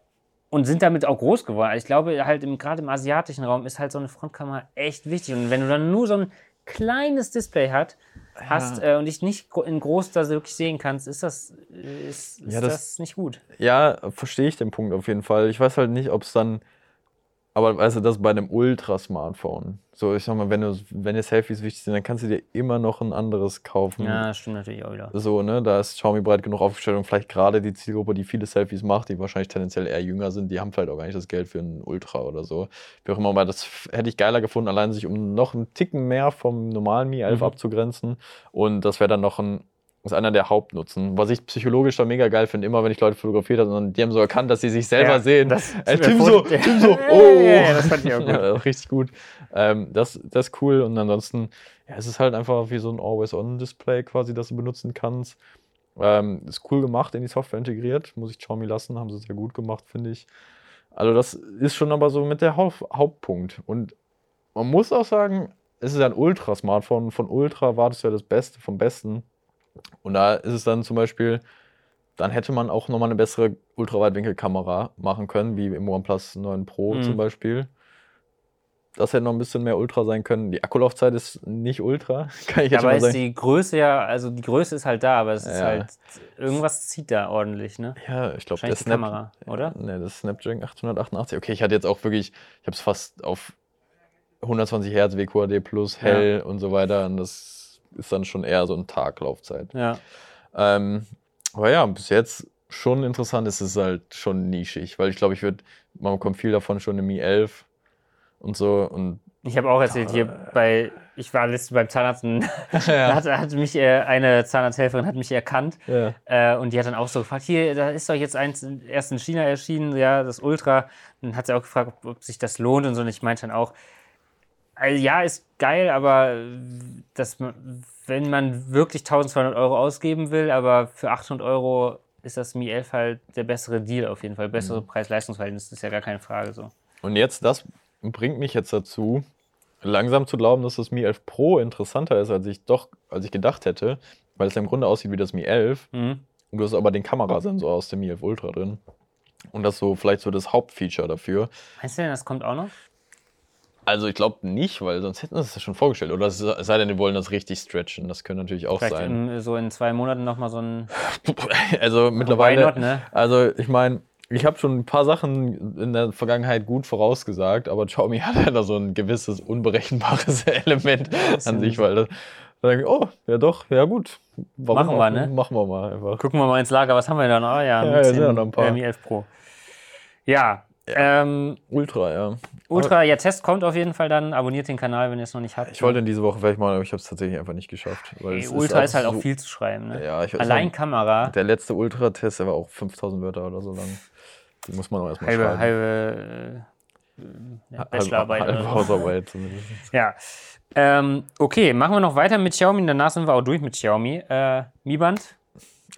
Speaker 2: und sind damit auch groß geworden. Also ich glaube, halt im, gerade im asiatischen Raum ist halt so eine Frontkamera echt wichtig. Und wenn du dann nur so ein kleines Display hat, hast äh, und dich nicht gro- in groß da so wirklich sehen kannst, ist das, äh, ist, ist
Speaker 1: Ja,
Speaker 2: das,
Speaker 1: das-
Speaker 2: nicht gut.
Speaker 1: ja, verstehe ich den Punkt auf jeden Fall. Ich weiß halt nicht, ob es dann, aber weißt du, das bei einem Ultra-Smartphone. So, ich sag mal, wenn, du, wenn dir Selfies wichtig sind, dann kannst du dir immer noch ein anderes kaufen.
Speaker 2: Ja, das stimmt natürlich auch wieder.
Speaker 1: So, ne, da ist Xiaomi breit genug aufgestellt und vielleicht gerade die Zielgruppe, die viele Selfies macht, die wahrscheinlich tendenziell eher jünger sind, die haben vielleicht auch gar nicht das Geld für einen Ultra oder so. Wie auch immer, weil das f- hätte ich geiler gefunden, allein sich um noch einen Ticken mehr vom normalen Mi 11
Speaker 2: Mhm.
Speaker 1: abzugrenzen. Und das wäre dann noch ein, ist einer der Hauptnutzen. Was ich psychologisch dann mega geil finde, immer wenn ich Leute fotografiert habe, sondern die haben so erkannt, dass sie sich selber
Speaker 2: Ja,
Speaker 1: sehen.
Speaker 2: das-
Speaker 1: Äh,
Speaker 2: das-
Speaker 1: Tim so, Tim so,
Speaker 2: Ja,
Speaker 1: oh.
Speaker 2: ja, ja, das fand ich auch gut.
Speaker 1: Ja, richtig gut. Ähm, das, das ist cool. Und ansonsten, ja, es ist halt einfach wie so ein Always-On-Display quasi, das du benutzen kannst. Ähm, ist cool gemacht, in die Software integriert. Muss ich Xiaomi lassen, haben sie sehr gut gemacht, finde ich. Also das ist schon aber so mit der Hau Hauptpunkt. Und man muss auch sagen, es ist ja ein Ultra-Smartphone. Von Ultra erwartest du ja das Beste vom Besten. Und da ist es dann zum Beispiel, dann hätte man auch nochmal eine bessere Ultraweitwinkelkamera machen können, wie im OnePlus 9 Pro
Speaker 2: Mhm.
Speaker 1: zum Beispiel. Das hätte noch ein bisschen mehr Ultra sein können. Die Akkulaufzeit ist nicht Ultra, kann ich jetzt
Speaker 2: Dabei
Speaker 1: mal
Speaker 2: ist
Speaker 1: sagen.
Speaker 2: die Größe ja, also die Größe ist halt da, aber es ist
Speaker 1: Ja.
Speaker 2: halt, irgendwas zieht da ordentlich, ne?
Speaker 1: Ja, ich glaube, der
Speaker 2: Wahrscheinlich die
Speaker 1: Snap
Speaker 2: Kamera, oder?
Speaker 1: Ne, das Snapdragon 888. Okay, ich hatte jetzt auch wirklich, ich habe es fast auf 120 Hertz WQAD plus hell und so weiter. Und das ist dann schon eher so ein Tag Laufzeit.
Speaker 2: Ja.
Speaker 1: Ähm, aber ja, bis jetzt schon interessant. Es ist halt schon nischig, weil ich glaube, ich würde, man bekommt viel davon schon im Mi 11 und so. Und
Speaker 2: Ich habe auch erzählt, hier bei, ich war letztens beim Zahnarzt und da hat, hat mich äh, eine Zahnarzthelferin hat mich erkannt
Speaker 1: ja.
Speaker 2: Äh, und die hat dann auch so gefragt, hier, da ist doch jetzt eins erst in China erschienen, ja, das Ultra. Dann hat sie auch gefragt, ob, ob sich das lohnt und so. Und ich meinte dann auch, also ja, ist geil, aber äh, das, wenn man wirklich 1200 Euro ausgeben will, aber für 800 Euro ist das Mi 11 halt der bessere Deal auf jeden Fall. Bessere Preis-Leistungs-Verhältnis ist ja gar keine Frage so.
Speaker 1: Und jetzt, das bringt mich jetzt dazu, langsam zu glauben, dass das Mi 11 Pro interessanter ist, als ich doch, als ich gedacht hätte, weil es ja im Grunde aussieht wie das Mi 11.
Speaker 2: Mhm.
Speaker 1: Und du hast aber den Kamerasensor aus dem Mi 11 Ultra drin. Und das so vielleicht so das Hauptfeature dafür.
Speaker 2: Meinst du denn, das kommt auch noch?
Speaker 1: Also ich glaube nicht, weil sonst hätten sie es ja schon vorgestellt. Oder es sei denn, die wollen das richtig stretchen. Das könnte natürlich auch
Speaker 2: Vielleicht
Speaker 1: sein.
Speaker 2: in, so in zwei Monaten nochmal so ein.
Speaker 1: Also mittlerweile.
Speaker 2: Why not, ne?
Speaker 1: Also ich meine, ich habe schon ein paar Sachen in der Vergangenheit gut vorausgesagt, aber Xiaomi hat ja da so ein gewisses unberechenbares Element an sich, weil das, da denke ich, oh, ja doch, ja gut. Warum
Speaker 2: Machen wir,
Speaker 1: auch-
Speaker 2: ne?
Speaker 1: Machen wir mal einfach.
Speaker 2: Gucken wir mal ins Lager, was haben wir da noch? Ah, ja,
Speaker 1: Ja,
Speaker 2: ein
Speaker 1: da sind ja
Speaker 2: 10
Speaker 1: noch ein paar.
Speaker 2: Mi 11 Pro. Ja, ähm,
Speaker 1: Ultra, ja.
Speaker 2: Ultra, ja, Test kommt auf jeden Fall dann. Abonniert den Kanal, wenn ihr es noch nicht habt.
Speaker 1: Ich wollte in diese Woche vielleicht mal, aber ich habe es tatsächlich einfach nicht geschafft. Weil
Speaker 2: Ey,
Speaker 1: es
Speaker 2: Ultra ist, halt
Speaker 1: so-
Speaker 2: auch viel zu schreiben. Ne?
Speaker 1: Ja, ich weiß
Speaker 2: Allein
Speaker 1: nicht.
Speaker 2: Kamera,
Speaker 1: Der letzte Ultra-Test, der war auch 5000 Wörter oder so lang. Die muss man auch erstmal
Speaker 2: halbe,
Speaker 1: schreiben.
Speaker 2: halbe äh, ja, Bachelorarbeit.
Speaker 1: Halbe
Speaker 2: oder so.
Speaker 1: Hausarbeit zumindest.
Speaker 2: Ja. Ähm, okay, machen wir noch weiter mit Xiaomi. Danach sind wir auch durch mit Xiaomi. Äh, Mi Band,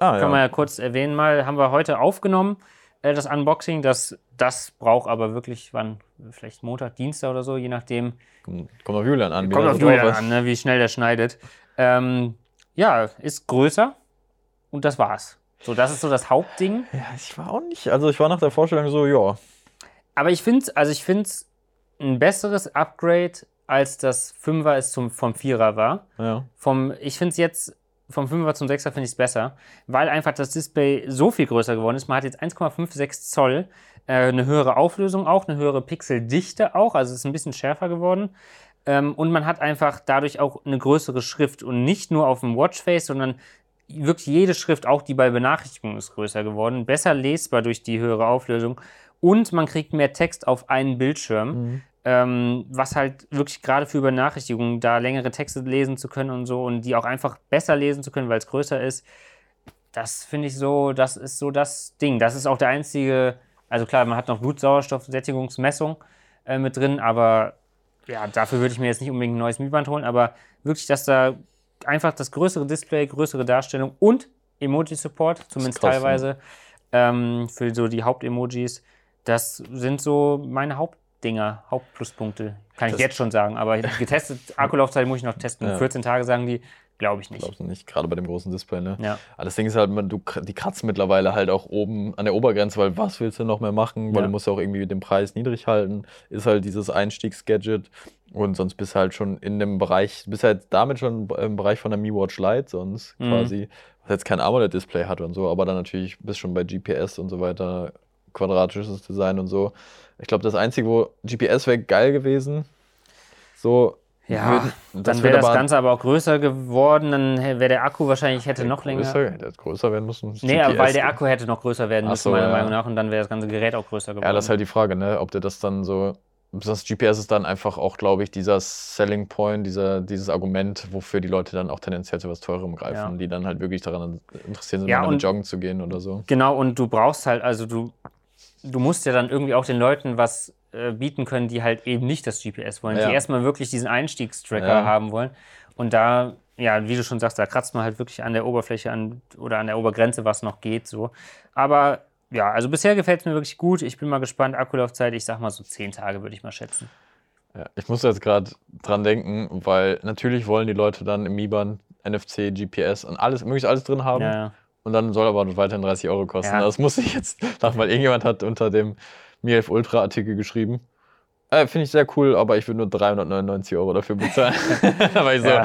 Speaker 1: Ah,
Speaker 2: Können wir
Speaker 1: ja.
Speaker 2: ja kurz erwähnen mal, haben wir heute aufgenommen, äh, das Unboxing. Das, das braucht aber wirklich, wann, vielleicht Montag, Dienstag oder so, je nachdem.
Speaker 1: Kommt auf Julian an. wie
Speaker 2: Kommt
Speaker 1: das
Speaker 2: auf
Speaker 1: drauf
Speaker 2: Julian
Speaker 1: ist.
Speaker 2: an, ne, wie schnell der schneidet. Ähm, ja, ist größer und das war's. So, das ist so das Hauptding.
Speaker 1: Ja, ich war auch nicht. Also ich war nach der Vorstellung so, ja.
Speaker 2: Aber ich finde also ich finde es ein besseres Upgrade, als das 5er es zum, vom 4er war.
Speaker 1: ja.
Speaker 2: Vom, ich finde es jetzt vom 5er zum 6er finde ich es besser, weil einfach das Display so viel größer geworden ist. Man hat jetzt 1,56 Zoll, äh, eine höhere Auflösung auch, eine höhere Pixeldichte auch, also es ist ein bisschen schärfer geworden. Ähm, und man hat einfach dadurch auch eine größere Schrift und nicht nur auf dem Watchface, sondern wirklich jede Schrift, auch die bei Benachrichtigungen, ist größer geworden, besser lesbar durch die höhere Auflösung und man kriegt mehr Text auf einen Bildschirm ähm, was halt wirklich gerade für Benachrichtigungen, da längere Texte lesen zu können und so und die auch einfach besser lesen zu können, weil es größer ist, das finde ich so, das ist so das Ding. Das ist auch der einzige, also klar, man hat noch Blutsauerstoffsättigungsmessung äh, mit drin, aber ja, dafür würde ich mir jetzt nicht unbedingt ein neues Mi-Band holen, aber wirklich, dass da einfach das größere Display, größere Darstellung und Emoji-Support, zumindest
Speaker 1: krass, ne?
Speaker 2: teilweise, ähm, für so die Haupt-Emojis, das sind so meine Hauptdinger, Hauptpluspunkte. Kann ich
Speaker 1: Das-
Speaker 2: jetzt schon sagen, aber getestet, Akkulaufzeit muss ich noch testen.
Speaker 1: Ja.
Speaker 2: 14 Tage sagen die, glaube ich nicht.
Speaker 1: Glaubst du nicht, gerade bei dem großen Display, ne?
Speaker 2: Ja.
Speaker 1: Aber das Ding ist halt, man, du, kr- die kratzen mittlerweile halt auch oben an der Obergrenze, weil was willst du noch mehr machen? Weil
Speaker 2: Ja.
Speaker 1: du musst ja auch irgendwie den Preis niedrig halten. Ist halt dieses Einstiegsgadget. Und sonst bist du halt schon in dem Bereich, bist halt damit schon im Bereich von der Mi Watch Lite sonst
Speaker 2: Mhm.
Speaker 1: quasi, was jetzt kein AMOLED-Display hat und so, aber dann natürlich bist schon bei GPS und so weiter, quadratisches Design und so. Ich glaube, das Einzige, wo GPS wäre geil gewesen, so.
Speaker 2: Ja,
Speaker 1: würd-
Speaker 2: Dann
Speaker 1: würd
Speaker 2: wäre das
Speaker 1: aber-
Speaker 2: Ganze aber auch größer geworden, dann wäre der Akku wahrscheinlich hätte noch länger.
Speaker 1: Äh, Größer, hätte jetzt größer werden müssen.
Speaker 2: Nee, aber weil der
Speaker 1: GPS.
Speaker 2: Akku hätte noch größer werden
Speaker 1: Ach
Speaker 2: müssen,
Speaker 1: so,
Speaker 2: meiner
Speaker 1: ja.
Speaker 2: Meinung nach, und dann wäre das ganze Gerät auch größer geworden.
Speaker 1: Ja, das ist halt die Frage, ne? Ob der das dann so. Das GPS ist dann einfach auch, glaube ich, dieser Selling Point, dieser, dieses Argument, wofür die Leute dann auch tendenziell zu was Teurem greifen,
Speaker 2: Ja.
Speaker 1: die dann halt wirklich daran interessiert sind,
Speaker 2: Ja,
Speaker 1: mal damit
Speaker 2: und-
Speaker 1: joggen zu gehen oder so.
Speaker 2: Genau, und du brauchst halt, also du, du musst ja dann irgendwie auch den Leuten was äh, bieten können, die halt eben nicht das GPS wollen,
Speaker 1: Ja.
Speaker 2: die erstmal wirklich diesen Einstiegstracker
Speaker 1: Ja.
Speaker 2: haben wollen. Und da, ja, wie du schon sagst, da kratzt man halt wirklich an der Oberfläche an oder an der Obergrenze, was noch geht, so. Aber ja, also bisher gefällt es mir wirklich gut. Ich bin mal gespannt. Akkulaufzeit, ich sag mal so zehn Tage, würde ich mal schätzen.
Speaker 1: Ja, ich muss jetzt gerade dran denken, weil natürlich wollen die Leute dann im Mi-Band NFC, GPS und alles, möglichst alles drin haben.
Speaker 2: Ja, ja.
Speaker 1: Und dann soll aber noch weiterhin 30 Euro kosten.
Speaker 2: Ja.
Speaker 1: Das muss ich jetzt lachen, weil irgendjemand hat unter dem Mi 11 Ultra Artikel geschrieben. Äh, Finde ich sehr cool, aber ich würde nur 399 Euro dafür bezahlen. aber ich so,
Speaker 2: Ja.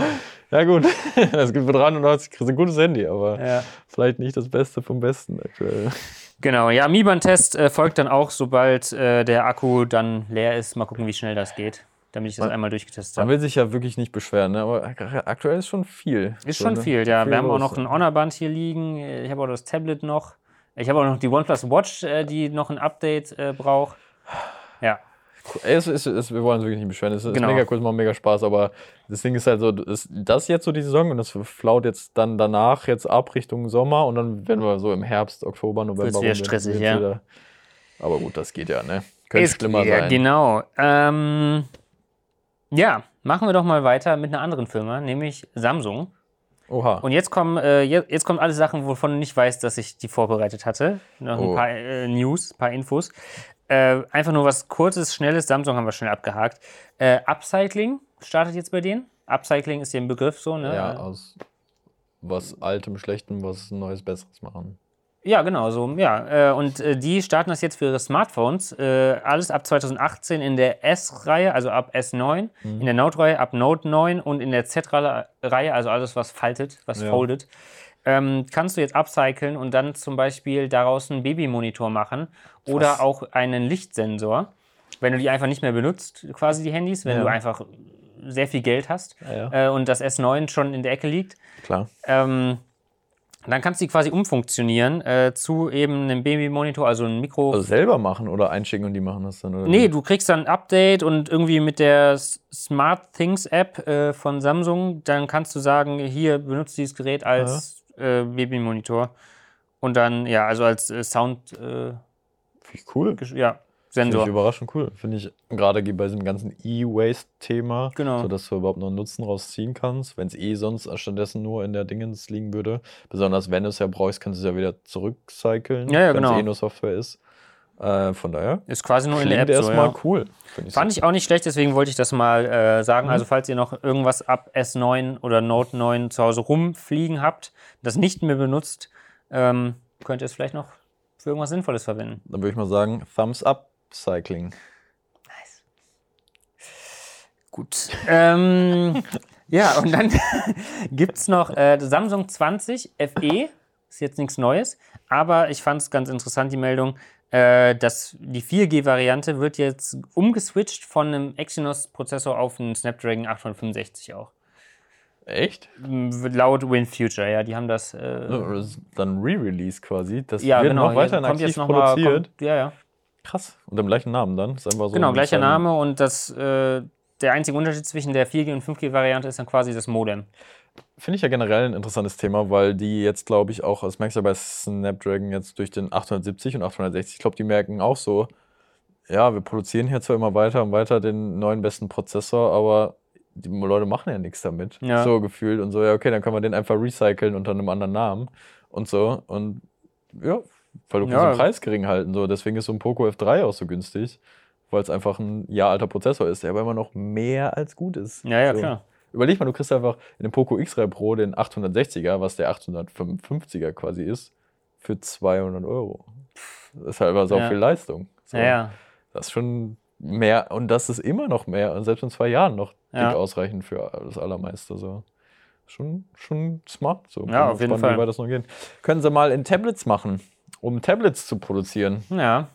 Speaker 1: ja, gut, das gibt für 390 kriegst du ein gutes Handy, aber
Speaker 2: ja.
Speaker 1: vielleicht nicht das Beste vom Besten aktuell.
Speaker 2: Genau, ja, Mi-Band-Test äh, folgt dann auch, sobald äh, der Akku dann leer ist. Mal gucken, wie schnell das geht, damit ich das
Speaker 1: Man-
Speaker 2: einmal durchgetestet
Speaker 1: Man
Speaker 2: habe.
Speaker 1: will sich ja wirklich nicht beschweren, ne? aber ak- aktuell ist schon viel.
Speaker 2: Ist
Speaker 1: So,
Speaker 2: schon
Speaker 1: ne?
Speaker 2: viel, ja. Wir haben auch
Speaker 1: los.
Speaker 2: noch ein Honor-Band hier liegen. Äh, Ich habe auch das Tablet noch. Ich habe auch noch die OnePlus Watch, äh, die noch ein Update äh, braucht. Ja,
Speaker 1: Ey, es, ist- es, wir wollen uns wirklich nicht beschweren. Es ist
Speaker 2: Genau.
Speaker 1: mega cool, es macht mega Spaß, aber das Ding ist halt so, ist das jetzt so die Saison und das flaut jetzt dann danach jetzt ab Richtung Sommer und dann werden wir so im Herbst, Oktober, November.
Speaker 2: Wird's wieder
Speaker 1: rum,
Speaker 2: stressig,
Speaker 1: wird's
Speaker 2: ja.
Speaker 1: wieder- aber gut, das geht ja, ne? Könnte
Speaker 2: Ist-
Speaker 1: schlimmer
Speaker 2: ja,
Speaker 1: sein.
Speaker 2: Genau. Ähm, ja, machen wir doch mal weiter mit einer anderen Firma, nämlich Samsung.
Speaker 1: Oha.
Speaker 2: Und jetzt kommen, äh, je- jetzt kommen alle Sachen, wovon ich nicht weiß, dass ich die vorbereitet hatte. Noch ein
Speaker 1: Oh.
Speaker 2: paar äh, News, ein paar Infos. Äh, einfach nur was Kurzes, Schnelles. Samsung haben wir schnell abgehakt. Äh, Upcycling startet jetzt bei denen. Upcycling ist ja ein Begriff so, ne?
Speaker 1: ja, aus was Altem, Schlechtem, was Neues, Besseres machen.
Speaker 2: Ja, genau, so, ja. Äh, Und äh, die starten das jetzt für ihre Smartphones. Äh, Alles ab 2018 in der S-Reihe, also ab S9,
Speaker 1: Mhm.
Speaker 2: in der Note-Reihe ab Note 9 und in der Z-Reihe, also alles, was faltet, was
Speaker 1: Ja.
Speaker 2: foldet. Ähm, kannst du jetzt upcyclen und dann zum Beispiel daraus einen Babymonitor machen oder auch einen Lichtsensor, wenn du die einfach nicht mehr benutzt, quasi die Handys, wenn
Speaker 1: Ja.
Speaker 2: du einfach sehr viel Geld hast
Speaker 1: Ja,
Speaker 2: äh, und das S9 schon in der Ecke liegt.
Speaker 1: Klar.
Speaker 2: Ähm, dann kannst du die quasi umfunktionieren äh, zu eben einem Babymonitor, also einem Mikro.
Speaker 1: Also selber machen oder einschicken und die machen das dann, oder?
Speaker 2: nee,
Speaker 1: wie?
Speaker 2: du kriegst dann ein Update und irgendwie mit der S- Smart Things App äh, von Samsung, dann kannst du sagen, hier benutzt dieses Gerät als äh, Babymonitor und dann ja, also als äh, Sound äh,
Speaker 1: Finde ich cool.
Speaker 2: gesch- ja,
Speaker 1: Finde
Speaker 2: Sensor.
Speaker 1: ich überraschend cool. Finde ich gerade bei diesem ganzen E-Waste-Thema,
Speaker 2: Genau.
Speaker 1: so dass du überhaupt noch einen Nutzen rausziehen kannst, wenn es eh sonst stattdessen nur in der Dingens liegen würde. Besonders wenn du es ja brauchst, kannst du es ja wieder zurückcyclen,
Speaker 2: Ja, ja,
Speaker 1: wenn es
Speaker 2: genau.
Speaker 1: eh nur Software ist. Äh, von daher
Speaker 2: Ist quasi nur in der
Speaker 1: klingt
Speaker 2: App so,
Speaker 1: erstmal
Speaker 2: ja.
Speaker 1: cool. Find ich
Speaker 2: Fand ich auch nicht schlecht, deswegen wollte ich das mal äh, sagen.
Speaker 1: Mhm.
Speaker 2: Also, falls ihr noch irgendwas ab S9 oder Note 9 zu Hause rumfliegen habt, das nicht mehr benutzt, ähm, könnt ihr es vielleicht noch für irgendwas Sinnvolles verwenden.
Speaker 1: Dann würde ich mal sagen, Thumbs up Cycling.
Speaker 2: Gut. Ähm, ja, und dann gibt es noch äh, Samsung 20 FE. Ist jetzt nichts Neues, aber ich fand es ganz interessant, die Meldung, äh, dass die 4G-Variante wird jetzt umgeswitcht von einem Exynos-Prozessor auf einen Snapdragon 865 auch.
Speaker 1: Echt?
Speaker 2: Mm, Laut Win Future, ja, die haben das. Äh,
Speaker 1: Dann Re-Release quasi. Das
Speaker 2: ja,
Speaker 1: wird
Speaker 2: genau.
Speaker 1: noch
Speaker 2: hier
Speaker 1: weiterhin aktiv
Speaker 2: noch mal-
Speaker 1: produziert.
Speaker 2: kommt, ja, ja.
Speaker 1: Krass. Unter dem gleichen Namen dann. Ist einfach so
Speaker 2: Genau,
Speaker 1: ein
Speaker 2: gleicher
Speaker 1: bisschen-
Speaker 2: Name und das, äh, der einzige Unterschied zwischen der 4G- und 5G-Variante ist dann quasi das Modem.
Speaker 1: Finde ich ja generell ein interessantes Thema, weil die jetzt, glaube ich, auch, das merkst du ja bei Snapdragon jetzt durch den 870 und 860, ich glaube, die merken auch so, ja, wir produzieren hier zwar immer weiter und weiter den neuen besten Prozessor, aber die Leute machen ja nichts damit.
Speaker 2: Ja.
Speaker 1: So gefühlt und so, ja, okay, dann können wir den einfach recyceln unter einem anderen Namen und so. Und ja, weil du kannst
Speaker 2: Ja.
Speaker 1: den Preis gering halten. So. Deswegen ist so ein Poco F3 auch so günstig, weil es einfach ein Jahr alter Prozessor ist, der aber immer noch mehr als gut ist.
Speaker 2: Ja, ja,
Speaker 1: so.
Speaker 2: klar.
Speaker 1: Überleg mal, du kriegst einfach in dem Poco X3 Pro den 860er, was der 855er quasi ist, für 200 Euro. Das ist halt aber so
Speaker 2: Ja.
Speaker 1: viel Leistung. So.
Speaker 2: Ja, ja.
Speaker 1: Das ist schon mehr und das ist immer noch mehr und selbst in zwei Jahren noch dick
Speaker 2: Ja.
Speaker 1: ausreichend für das Allermeiste. So. Schon, schon smart. So. Bin
Speaker 2: auf jeden
Speaker 1: gespannt,
Speaker 2: Fall.
Speaker 1: Wie weit das noch geht. Können sie mal in Tablets machen, um Tablets zu produzieren.
Speaker 2: ja,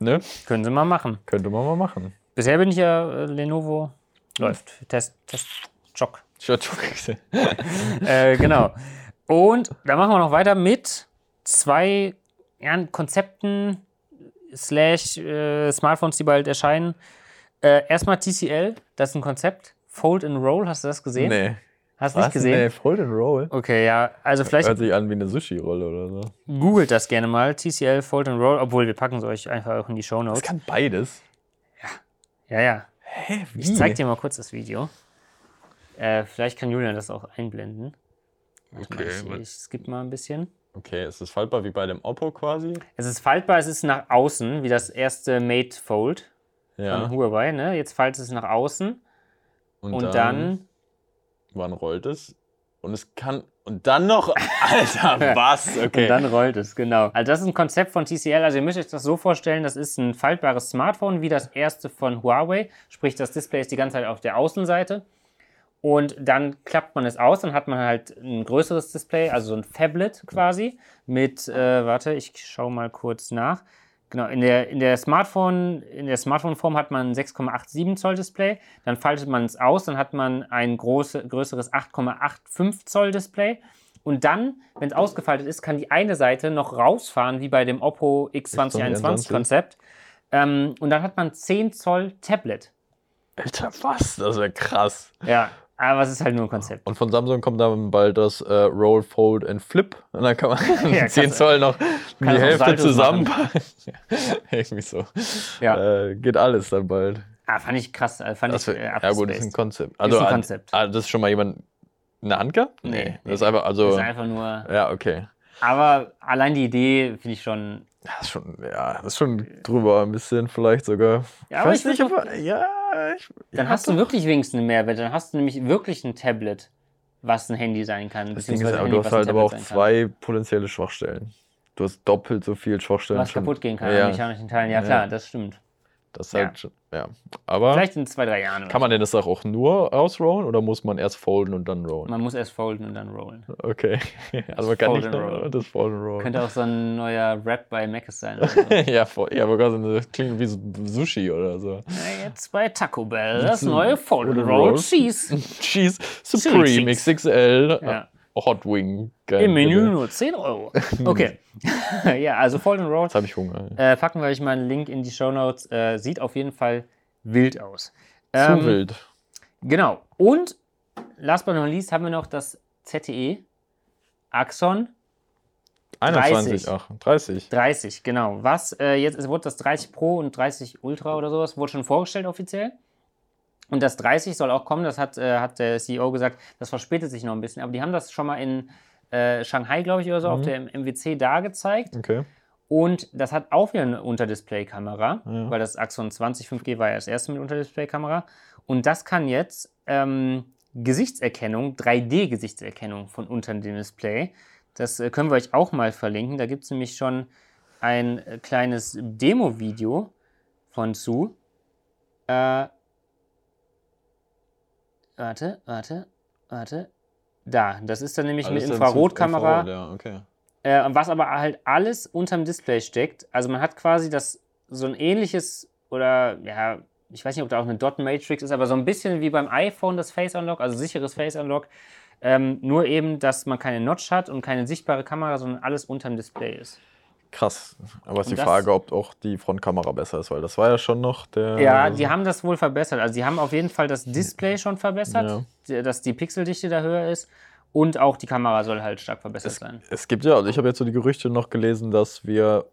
Speaker 1: Ne?
Speaker 2: können sie mal machen.
Speaker 1: Könnte man mal machen.
Speaker 2: Bisher bin ich ja äh, Lenovo. Läuft. Test, Test, Jock. äh, genau. Und dann machen wir noch weiter mit zwei ja, Konzepten slash äh, Smartphones, die bald erscheinen. Äh, erstmal TCL, das ist ein Konzept. Fold and Roll, hast du das gesehen?
Speaker 1: nee.
Speaker 2: Hast du
Speaker 1: Was?
Speaker 2: nicht gesehen?
Speaker 1: Nee, Fold and Roll.
Speaker 2: Okay, ja, also vielleicht
Speaker 1: Hört sich an wie eine Sushi-Rolle oder so.
Speaker 2: googelt das gerne mal. TCL, Fold and Roll, obwohl wir packen es euch einfach auch in die Show
Speaker 1: Das
Speaker 2: Notes.
Speaker 1: kann beides.
Speaker 2: Ja, ja.
Speaker 1: Hä, wie?
Speaker 2: Ich zeig dir mal kurz das Video. Äh, vielleicht kann Julian das auch einblenden. Warte mal,
Speaker 1: Okay,
Speaker 2: ich,
Speaker 1: warte.
Speaker 2: ich skipp mal ein bisschen.
Speaker 1: Okay, es ist faltbar wie bei dem Oppo quasi.
Speaker 2: Es ist faltbar, es ist nach außen, wie das erste Mate Fold von Huawei. Ne? Jetzt faltet es nach außen
Speaker 1: Und,
Speaker 2: und, dann,
Speaker 1: Wann rollt es? Und es kann. Und dann noch. Alter, was? Okay.
Speaker 2: und dann rollt es, genau. Also das ist ein Konzept von TCL. Also ihr müsst euch das so vorstellen, das ist ein faltbares Smartphone wie das erste von Huawei. Sprich, das Display ist die ganze Zeit auf der Außenseite. Und dann klappt man es aus, dann hat man halt ein größeres Display, also so ein Phablet quasi, mit, äh, warte, ich schaue mal kurz nach. Genau, in der, in der Smartphone, in der Smartphone-Form hat man ein 6,87 Zoll Display, dann faltet man es aus, dann hat man ein große, größeres 8,85 Zoll Display. Und dann, wenn es ausgefaltet ist, kann die eine Seite noch rausfahren, wie bei dem Oppo X2021
Speaker 1: X2021.
Speaker 2: Konzept. Ähm, und dann hat man 10 Zoll Tablet.
Speaker 1: Alter, was? Das wäre krass.
Speaker 2: Ja, aber es ist halt nur ein Konzept.
Speaker 1: Und von Samsung kommt dann bald das äh, Roll, Fold and Flip. Und dann kann man
Speaker 2: Ja,
Speaker 1: 10
Speaker 2: kannst-
Speaker 1: Zoll noch die
Speaker 2: auch
Speaker 1: Hälfte
Speaker 2: Saltos
Speaker 1: zusammenpacken. Irgendwie so.
Speaker 2: Ja.
Speaker 1: Äh, geht alles dann bald.
Speaker 2: Ah, fand ich krass. äh, Fand
Speaker 1: Das
Speaker 2: ich
Speaker 1: wär,
Speaker 2: äh,
Speaker 1: ja, gut, das ist ein
Speaker 2: abgespaced.
Speaker 1: Konzept.
Speaker 2: ein
Speaker 1: an-
Speaker 2: Konzept.
Speaker 1: Ah, das ist schon mal jemand. Eine Hand gehabt?
Speaker 2: Nee, nee.
Speaker 1: Das ist einfach, also.
Speaker 2: Das ist einfach nur.
Speaker 1: ja, okay.
Speaker 2: Aber allein die Idee finde ich schon.
Speaker 1: Das ist schon, ja, das ist schon drüber ein bisschen, vielleicht sogar.
Speaker 2: Ja, aber
Speaker 1: Weiß
Speaker 2: ich würd
Speaker 1: ob- ja, ich,
Speaker 2: Dann
Speaker 1: ja,
Speaker 2: hast du
Speaker 1: doch.
Speaker 2: wirklich wenigstens einen Mehrwert. Dann hast du nämlich wirklich ein Tablet, was ein Handy sein kann.
Speaker 1: Das Ding ist,
Speaker 2: beziehungsweise ein
Speaker 1: aber
Speaker 2: Handy,
Speaker 1: du hast
Speaker 2: was ein
Speaker 1: halt aber auch
Speaker 2: Tablet sein
Speaker 1: zwei potenzielle Schwachstellen. Du hast doppelt so viel Schwachstellen.
Speaker 2: was
Speaker 1: schon.
Speaker 2: kaputt gehen kann
Speaker 1: Ja.
Speaker 2: an mechanischen Teilen. Ja,
Speaker 1: Ja.
Speaker 2: klar, das stimmt.
Speaker 1: Das ist
Speaker 2: Ja.
Speaker 1: halt, schon- ja. Aber
Speaker 2: Vielleicht in zwei, drei Jahren. oder
Speaker 1: kann man denn das auch nur ausrollen oder muss man erst folden und dann rollen?
Speaker 2: Man muss erst folden und dann rollen.
Speaker 1: Okay. Also man kann
Speaker 2: Fold
Speaker 1: nicht
Speaker 2: and roll.
Speaker 1: das Fold and Roll.
Speaker 2: Könnte auch so ein neuer Rap bei Mc's sein. Oder so.
Speaker 1: ja, voll, ja, aber gerade so- das klingt wie so Sushi oder so.
Speaker 2: Na, Jetzt bei Taco Bell das neue Fold and Roll
Speaker 1: Roll.
Speaker 2: Cheese.
Speaker 1: Cheese Supreme
Speaker 2: Cheese.
Speaker 1: XXL
Speaker 2: Ja.
Speaker 1: Hot Wing. Geil,
Speaker 2: Im Menü
Speaker 1: bitte.
Speaker 2: nur 10 Euro. Okay. ja, also Fold and Roll.
Speaker 1: Jetzt habe ich Hunger.
Speaker 2: Äh, packen wir euch mal einen Link in die Show Notes. Äh, sieht auf jeden Fall wild aus. Ähm,
Speaker 1: Zu wild.
Speaker 2: Genau. Und last but not least haben wir noch das ZTE Axon
Speaker 1: 21,
Speaker 2: 30.
Speaker 1: ach, 30.
Speaker 2: 30, genau. Was äh, jetzt, es wurde das 30 Pro und 30 Ultra oder sowas, wurde schon vorgestellt offiziell. Und das 30 soll auch kommen, das hat, äh, hat der CEO gesagt, das verspätet sich noch ein bisschen. Aber die haben das schon mal in äh, Shanghai, glaube ich, oder so,
Speaker 1: Mhm.
Speaker 2: auf der MWC da gezeigt.
Speaker 1: Okay.
Speaker 2: Und das hat auch wieder eine Unterdisplay-Kamera,
Speaker 1: Ja.
Speaker 2: weil das Axon 20 5G war ja das erste mit Unterdisplay-Kamera. Und das kann jetzt ähm, Gesichtserkennung, 3D-Gesichtserkennung von unter dem Display. Das äh, können wir euch auch mal verlinken. Da gibt es nämlich schon ein äh, kleines Demo-Video von zu. Äh, warte, warte, warte. Da, das ist dann nämlich
Speaker 1: Alles
Speaker 2: eine
Speaker 1: dann zu
Speaker 2: Infrarotkamera.
Speaker 1: Infrarot, ja, okay.
Speaker 2: Äh, was aber halt alles unterm Display steckt. Also man hat quasi das so ein ähnliches oder ja, ich weiß nicht, ob da auch eine Dot Matrix ist, aber so ein bisschen wie beim iPhone das Face Unlock, also sicheres Face Unlock. Ähm, nur eben, dass man keine Notch hat und keine sichtbare Kamera, sondern alles unterm Display ist.
Speaker 1: Krass. Aber ist
Speaker 2: Und
Speaker 1: die
Speaker 2: das-
Speaker 1: Frage, ob auch die Frontkamera besser ist, weil das war ja also schon noch der.
Speaker 2: Ja, die haben das wohl verbessert. Also die haben auf jeden Fall das Display schon verbessert,
Speaker 1: Ja.
Speaker 2: d- dass die Pixeldichte da höher ist und auch die Kamera soll halt stark verbessert sein.
Speaker 1: Es gibt ja, also ich habe jetzt so die Gerüchte noch gelesen, dass wir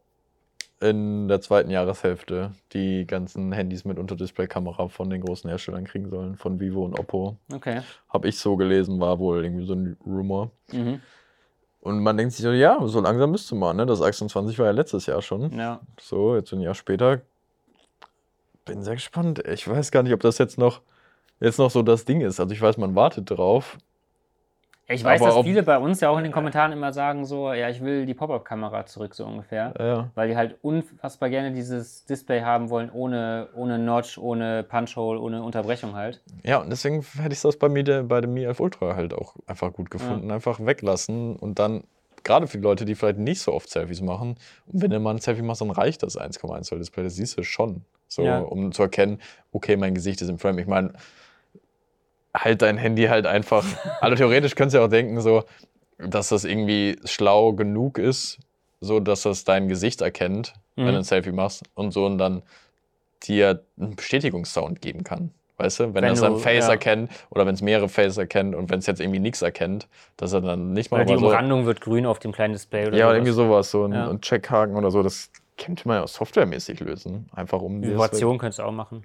Speaker 1: in der zweiten Jahreshälfte die ganzen Handys mit Unterdisplay-Kamera von den großen Herstellern kriegen sollen, von Vivo und Oppo.
Speaker 2: Okay.
Speaker 1: Habe ich so gelesen, war wohl irgendwie so ein Rumor.
Speaker 2: Mhm.
Speaker 1: Und man denkt sich so, ja, so langsam müsste man, ne? Das Axon 20 war ja letztes Jahr schon.
Speaker 2: Ja.
Speaker 1: So, jetzt ein Jahr später. Bin sehr gespannt. Ich weiß gar nicht, ob das jetzt noch, jetzt noch so das Ding ist. Also ich weiß, man wartet drauf.
Speaker 2: Ich weiß,
Speaker 1: Aber
Speaker 2: dass
Speaker 1: ob-
Speaker 2: viele bei uns ja auch in den Kommentaren immer sagen so, ja, ich will die Pop-Up-Kamera zurück, so ungefähr.
Speaker 1: Ja,
Speaker 2: Weil die halt unfassbar gerne dieses Display haben wollen, ohne, ohne Notch, ohne Punchhole, ohne Unterbrechung halt.
Speaker 1: ja und deswegen hätte ich das bei mir, der- bei dem Mi 11 Ultra halt auch einfach gut gefunden. Einfach weglassen und dann, gerade für die Leute, die vielleicht nicht so oft Selfies machen, und wenn du mal ein Selfie machst, dann reicht das 1,1 Zoll Display. Das siehst du schon. So,
Speaker 2: Ja.
Speaker 1: um zu erkennen, okay, mein Gesicht ist im Frame. Ich meine, halt dein Handy halt einfach. also theoretisch könntest du ja auch denken, so, dass das irgendwie schlau genug ist, so dass das dein Gesicht erkennt,
Speaker 2: Mhm.
Speaker 1: wenn du ein Selfie machst und so und dann dir einen Bestätigungssound geben kann. Weißt du, wenn,
Speaker 2: Wenn
Speaker 1: das
Speaker 2: du-
Speaker 1: ein Face
Speaker 2: ja.
Speaker 1: erkennt oder wenn es mehrere Face erkennt und wenn es jetzt irgendwie nichts erkennt, dass er dann nicht mal
Speaker 2: Oder die
Speaker 1: aber so,
Speaker 2: Umrandung wird grün auf dem kleinen Display oder
Speaker 1: ja,
Speaker 2: sowas.
Speaker 1: irgendwie sowas, so ein,
Speaker 2: Ja.
Speaker 1: ein Checkhaken oder so, das könnte man ja auch softwaremäßig lösen, einfach um dieses-
Speaker 2: Vibration könntest du auch machen.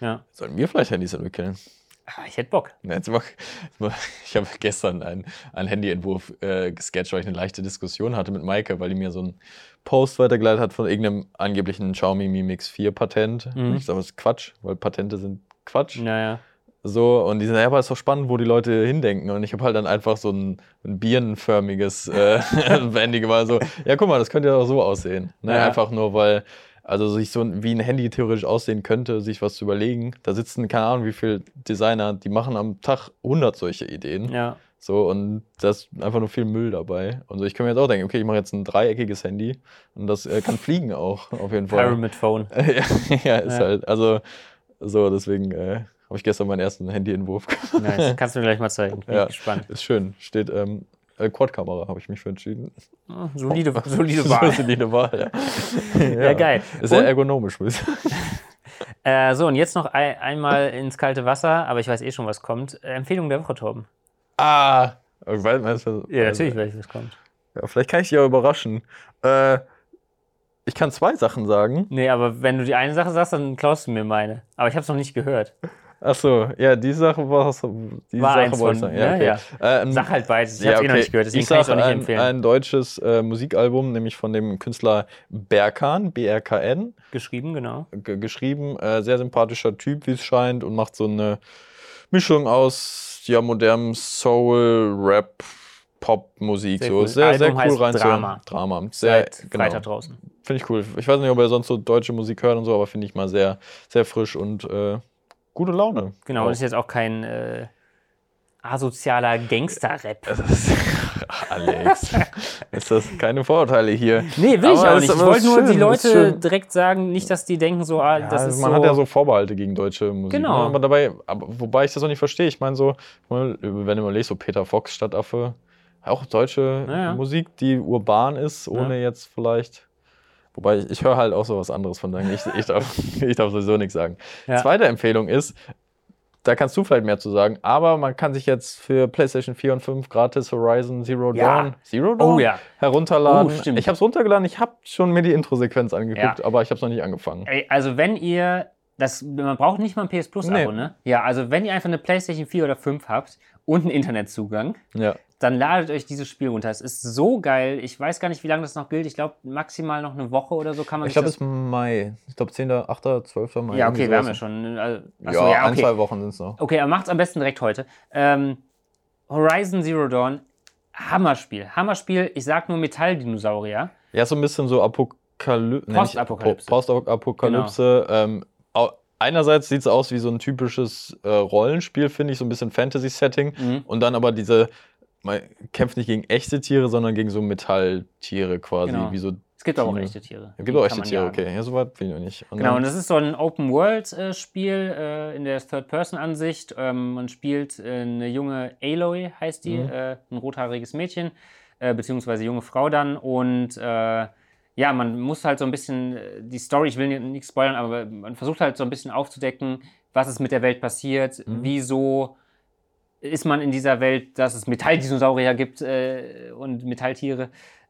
Speaker 2: Ja.
Speaker 1: Sollen wir vielleicht Handys entwickeln?
Speaker 2: Ah, Ich hätte Bock.
Speaker 1: Ja, Jetzt mal, jetzt mal, ich habe gestern einen, einen Handyentwurf äh, gesketcht, weil ich eine leichte Diskussion hatte mit Maike, weil die mir so einen Post weitergeleitet hat von irgendeinem angeblichen Xiaomi Mi Mix 4 Patent.
Speaker 2: Mhm.
Speaker 1: Ich sage, das ist Quatsch, weil Patente sind Quatsch.
Speaker 2: Naja.
Speaker 1: So, und die sind, ja, aber ist doch spannend, wo die Leute hindenken. Und ich habe halt dann einfach so ein, ein birnenförmiges äh, Handy gemacht. So, ja, guck mal, das könnte ja auch so aussehen. Ne?
Speaker 2: Ja.
Speaker 1: Einfach nur, weil, also sich so ein, wie ein Handy theoretisch aussehen könnte, sich was zu überlegen. Da sitzen, keine Ahnung, wie viele Designer, die machen am Tag 100 solche Ideen.
Speaker 2: Ja.
Speaker 1: So, und da ist einfach nur viel Müll dabei. Und so, ich kann mir jetzt auch denken, okay, ich mache jetzt ein dreieckiges Handy und das äh, kann fliegen auch, auf jeden Fall.
Speaker 2: Pyramid Phone.
Speaker 1: ja, ja, ist
Speaker 2: Ja.
Speaker 1: halt. Also, so, deswegen äh, habe ich gestern meinen ersten Handyentwurf gemacht.
Speaker 2: Nice. Kannst du mir gleich mal zeigen. Bin
Speaker 1: Ja.
Speaker 2: ich gespannt.
Speaker 1: Ist schön. Steht ähm, äh, Quad-Kamera, habe ich mich für entschieden.
Speaker 2: Oh, Solide, solide Wahl.
Speaker 1: Solide Wahl, ja. ja.
Speaker 2: Ja, geil.
Speaker 1: Ist sehr
Speaker 2: Und-
Speaker 1: ergonomisch, muss ich sagen.
Speaker 2: Äh, so, und jetzt noch ein, einmal ins kalte Wasser, aber ich weiß eh schon, was kommt. Äh, Empfehlung der Woche, Torben.
Speaker 1: Ah! Ich weiß- weiß- weiß-
Speaker 2: Ja, natürlich weiß ich, was kommt.
Speaker 1: Ja, vielleicht kann ich dich ja überraschen. Äh, ich kann zwei Sachen sagen.
Speaker 2: Nee, aber wenn du die eine Sache sagst, dann klaust du mir meine. Aber ich habe es noch nicht gehört.
Speaker 1: Achso, ja, die Sache war die
Speaker 2: War
Speaker 1: Sache
Speaker 2: eins
Speaker 1: wollte ich
Speaker 2: von- ne?
Speaker 1: sagen. Ja, okay.
Speaker 2: ja,
Speaker 1: Äh, ein-
Speaker 2: Sag halt beides. Ich habe es eh noch nicht gehört, deswegen
Speaker 1: ich
Speaker 2: kann ich es auch
Speaker 1: sag
Speaker 2: nicht
Speaker 1: ein,
Speaker 2: empfehlen.
Speaker 1: Ein deutsches äh, Musikalbum, nämlich von dem Künstler Berkan, B-R-K-N,
Speaker 2: Geschrieben, genau.
Speaker 1: g- geschrieben. Äh, sehr sympathischer Typ, wie es scheint, und macht so eine Mischung aus ja, modernem Soul, Rap, Popmusik.
Speaker 2: Sehr
Speaker 1: so
Speaker 2: cool.
Speaker 1: ist sehr, sehr
Speaker 2: Album
Speaker 1: cool
Speaker 2: heißt
Speaker 1: rein.
Speaker 2: Drama.
Speaker 1: Zu, Drama. Sehr,
Speaker 2: Seit
Speaker 1: genau.
Speaker 2: Freitag draußen.
Speaker 1: Finde ich cool. Ich weiß nicht, ob er sonst so deutsche Musik hört und so, aber finde ich mal sehr, sehr frisch und äh, gute Laune.
Speaker 2: Genau,
Speaker 1: Auch.
Speaker 2: und ist jetzt auch kein äh, asozialer Gangster-Rap.
Speaker 1: Das ist, Alex, ist das keine Vorurteile hier?
Speaker 2: Nee, will
Speaker 1: Aber
Speaker 2: ich auch
Speaker 1: es-
Speaker 2: nicht. Ich
Speaker 1: aber es
Speaker 2: wollte
Speaker 1: ist
Speaker 2: nur
Speaker 1: schön,
Speaker 2: die
Speaker 1: es ist
Speaker 2: Leute
Speaker 1: schön.
Speaker 2: direkt sagen, nicht, dass die denken, so, ah,
Speaker 1: Ja,
Speaker 2: das ist
Speaker 1: man
Speaker 2: so.
Speaker 1: hat ja so Vorbehalte gegen deutsche Musik.
Speaker 2: Genau.
Speaker 1: Ne? Aber dabei, aber, wobei ich das auch nicht verstehe. Ich meine, so, wenn du mal liest, so Peter Fox, Stadtaffe, auch deutsche
Speaker 2: Ja, ja.
Speaker 1: Musik, die urban ist, ohne jetzt vielleicht. Wobei ich, ich höre halt auch so was anderes, von daher, ich, ich, darf, ich darf sowieso nichts sagen.
Speaker 2: Ja.
Speaker 1: Zweite Empfehlung ist, da kannst du vielleicht mehr zu sagen, aber man kann sich jetzt für PlayStation 4 und 5 gratis Horizon Zero
Speaker 2: Ja.
Speaker 1: Dawn, Zero Dawn
Speaker 2: oh ja.
Speaker 1: herunterladen.
Speaker 2: Oh, stimmt.
Speaker 1: ich habe es runtergeladen, ich habe schon mir die Introsequenz angeguckt,
Speaker 2: Ja.
Speaker 1: aber ich habe es noch nicht angefangen.
Speaker 2: Ey, also wenn ihr das, man braucht nicht mal ein PS Plus Abo,
Speaker 1: Nee.
Speaker 2: ne? Ja, also wenn ihr einfach eine PlayStation 4 oder 5 habt und einen Internetzugang,
Speaker 1: Ja.
Speaker 2: dann ladet euch dieses Spiel runter. Es ist so geil. Ich weiß gar nicht, wie lange das noch gilt. Ich glaube, maximal noch eine Woche oder so kann man
Speaker 1: Ich glaube, es
Speaker 2: sich
Speaker 1: ist Mai. Ich glaube, 10., 8., 12. Mai.
Speaker 2: das. Ja,
Speaker 1: irgendwie
Speaker 2: okay, wir haben ja
Speaker 1: sowas.
Speaker 2: schon. Also, achso,
Speaker 1: Ja,
Speaker 2: ja,
Speaker 1: ein,
Speaker 2: okay.
Speaker 1: zwei Wochen sind es noch.
Speaker 2: Okay, aber macht's am besten direkt heute. Ähm, Horizon Zero Dawn, Hammerspiel. Hammerspiel, ich sag nur Metalldinosaurier.
Speaker 1: Ja, ist so ein bisschen so Apokalypse.
Speaker 2: Postapokalypse.
Speaker 1: Postapokalypse. Ähm, au- einerseits sieht es aus wie so ein typisches äh, Rollenspiel, finde ich, so ein bisschen Fantasy-Setting.
Speaker 2: Mhm.
Speaker 1: Und dann aber diese, man kämpft nicht gegen echte Tiere, sondern gegen so Metalltiere quasi.
Speaker 2: Genau.
Speaker 1: Wie so,
Speaker 2: Es gibt aber auch
Speaker 1: Tiere.
Speaker 2: echte Tiere.
Speaker 1: es
Speaker 2: Die
Speaker 1: gibt auch
Speaker 2: kann
Speaker 1: echte
Speaker 2: man
Speaker 1: Tiere,
Speaker 2: jagen.
Speaker 1: okay. Ja, soweit bin ich noch nicht. Und
Speaker 2: Genau, und
Speaker 1: dann,
Speaker 2: das ist so ein Open-World-Spiel äh, in der Third-Person-Ansicht. Ähm, man spielt äh, eine junge Aloy, heißt die,
Speaker 1: Mhm.
Speaker 2: äh, ein rothaariges Mädchen, äh, beziehungsweise junge Frau dann. Und äh, ja, man muss halt so ein bisschen äh, die Story, ich will ni- nichts spoilern, aber man versucht halt so ein bisschen aufzudecken, was ist mit der Welt passiert,
Speaker 1: Mhm.
Speaker 2: wieso ist man in dieser Welt, dass es Metalldinosaurier gibt äh, und Metalltiere.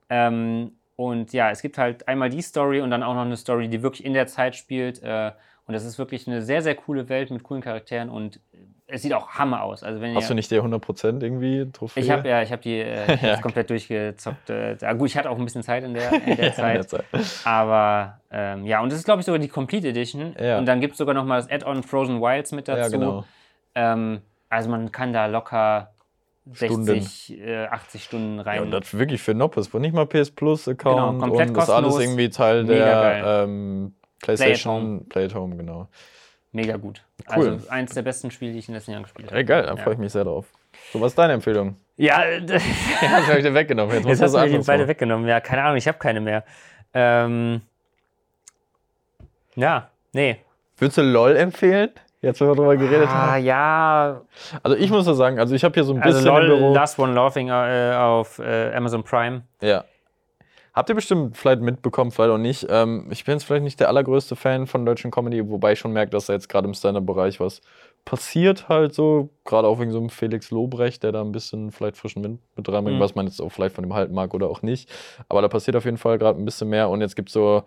Speaker 2: Ähm, und ja, es gibt halt einmal die Story und dann auch noch eine Story, die wirklich in der Zeit spielt. Äh, und das ist wirklich eine sehr, sehr coole Welt mit coolen Charakteren und es sieht auch Hammer aus. Also wenn
Speaker 1: hast
Speaker 2: ihr,
Speaker 1: du nicht die 100% irgendwie Trophäe?
Speaker 2: ich habe ja, ich habe die äh, ich
Speaker 1: Ja,
Speaker 2: hab's komplett durchgezockt. Äh, ja, gut, ich hatte auch ein bisschen Zeit in der, in der
Speaker 1: Ja, in der
Speaker 2: Zeit.
Speaker 1: Zeit.
Speaker 2: Aber ähm, ja, und das ist, glaube ich, sogar die Complete Edition.
Speaker 1: Ja.
Speaker 2: Und dann gibt es sogar nochmal das Add-on Frozen Wilds mit dazu.
Speaker 1: Ja, genau.
Speaker 2: Ähm, also man kann da locker 60, äh, 80 Stunden rein.
Speaker 1: Ja, und das wirklich für Noppes, wo nicht mal PS Plus Account
Speaker 2: Genau, komplett
Speaker 1: und das alles
Speaker 2: kostenlos.
Speaker 1: irgendwie Teil
Speaker 2: Mega
Speaker 1: der
Speaker 2: geil.
Speaker 1: ähm, PlayStation Play at, Home, genau.
Speaker 2: Mega gut.
Speaker 1: Cool.
Speaker 2: Also eins der besten Spiele, die ich in den letzten Jahren gespielt habe.
Speaker 1: Egal, da
Speaker 2: ja.
Speaker 1: freue ich mich sehr drauf. So, was ist deine Empfehlung?
Speaker 2: Ja,
Speaker 1: Ja, das habe ich dir weggenommen. Jetzt, musst
Speaker 2: jetzt hast
Speaker 1: du was
Speaker 2: du mir die
Speaker 1: anderes
Speaker 2: beide
Speaker 1: machen.
Speaker 2: weggenommen. Ja, keine Ahnung, ich habe keine mehr. Ähm, ja, nee.
Speaker 1: Würdest du LOL empfehlen? Jetzt, wenn wir drüber geredet
Speaker 2: Ah,
Speaker 1: haben.
Speaker 2: ja,
Speaker 1: Also, ich muss ja sagen, also ich habe hier so ein bisschen
Speaker 2: also
Speaker 1: im
Speaker 2: LOL,
Speaker 1: Büro.
Speaker 2: Last One Laughing äh, auf äh, Amazon Prime.
Speaker 1: Ja. Habt ihr bestimmt vielleicht mitbekommen, vielleicht auch nicht. Ähm, ich bin jetzt vielleicht nicht der allergrößte Fan von deutschen Comedy, wobei ich schon merke, dass da jetzt gerade im Stand-Up-Bereich was passiert halt so. Gerade auch wegen so einem Felix Lobrecht, der da ein bisschen vielleicht frischen Wind mit reinbringt,
Speaker 2: Mhm.
Speaker 1: was man jetzt auch vielleicht von ihm halten mag oder auch nicht. Aber da passiert auf jeden Fall gerade ein bisschen mehr und jetzt gibt es so.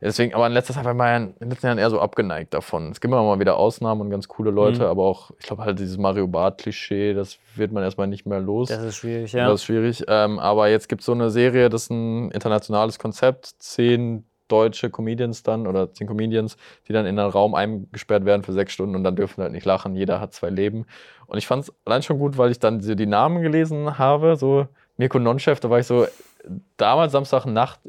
Speaker 1: Deswegen, aber in letzter Zeit war ich mal in den letzten Jahren eher so abgeneigt davon. Es gibt immer mal wieder Ausnahmen und ganz coole Leute,
Speaker 2: Mhm.
Speaker 1: aber auch, ich glaube halt dieses Mario Barth-Klischee, das wird man erstmal nicht mehr los.
Speaker 2: Das ist schwierig, ja.
Speaker 1: Das ist schwierig. Ähm, aber jetzt gibt es so eine Serie, das ist ein internationales Konzept. Zehn deutsche Comedians dann oder zehn Comedians, die dann in einen Raum eingesperrt werden für sechs Stunden und dann dürfen halt nicht lachen. Jeder hat zwei Leben. Und ich fand es allein schon gut, weil ich dann so die Namen gelesen habe. So Mirko Nonchef, da war ich so damals Samstagnacht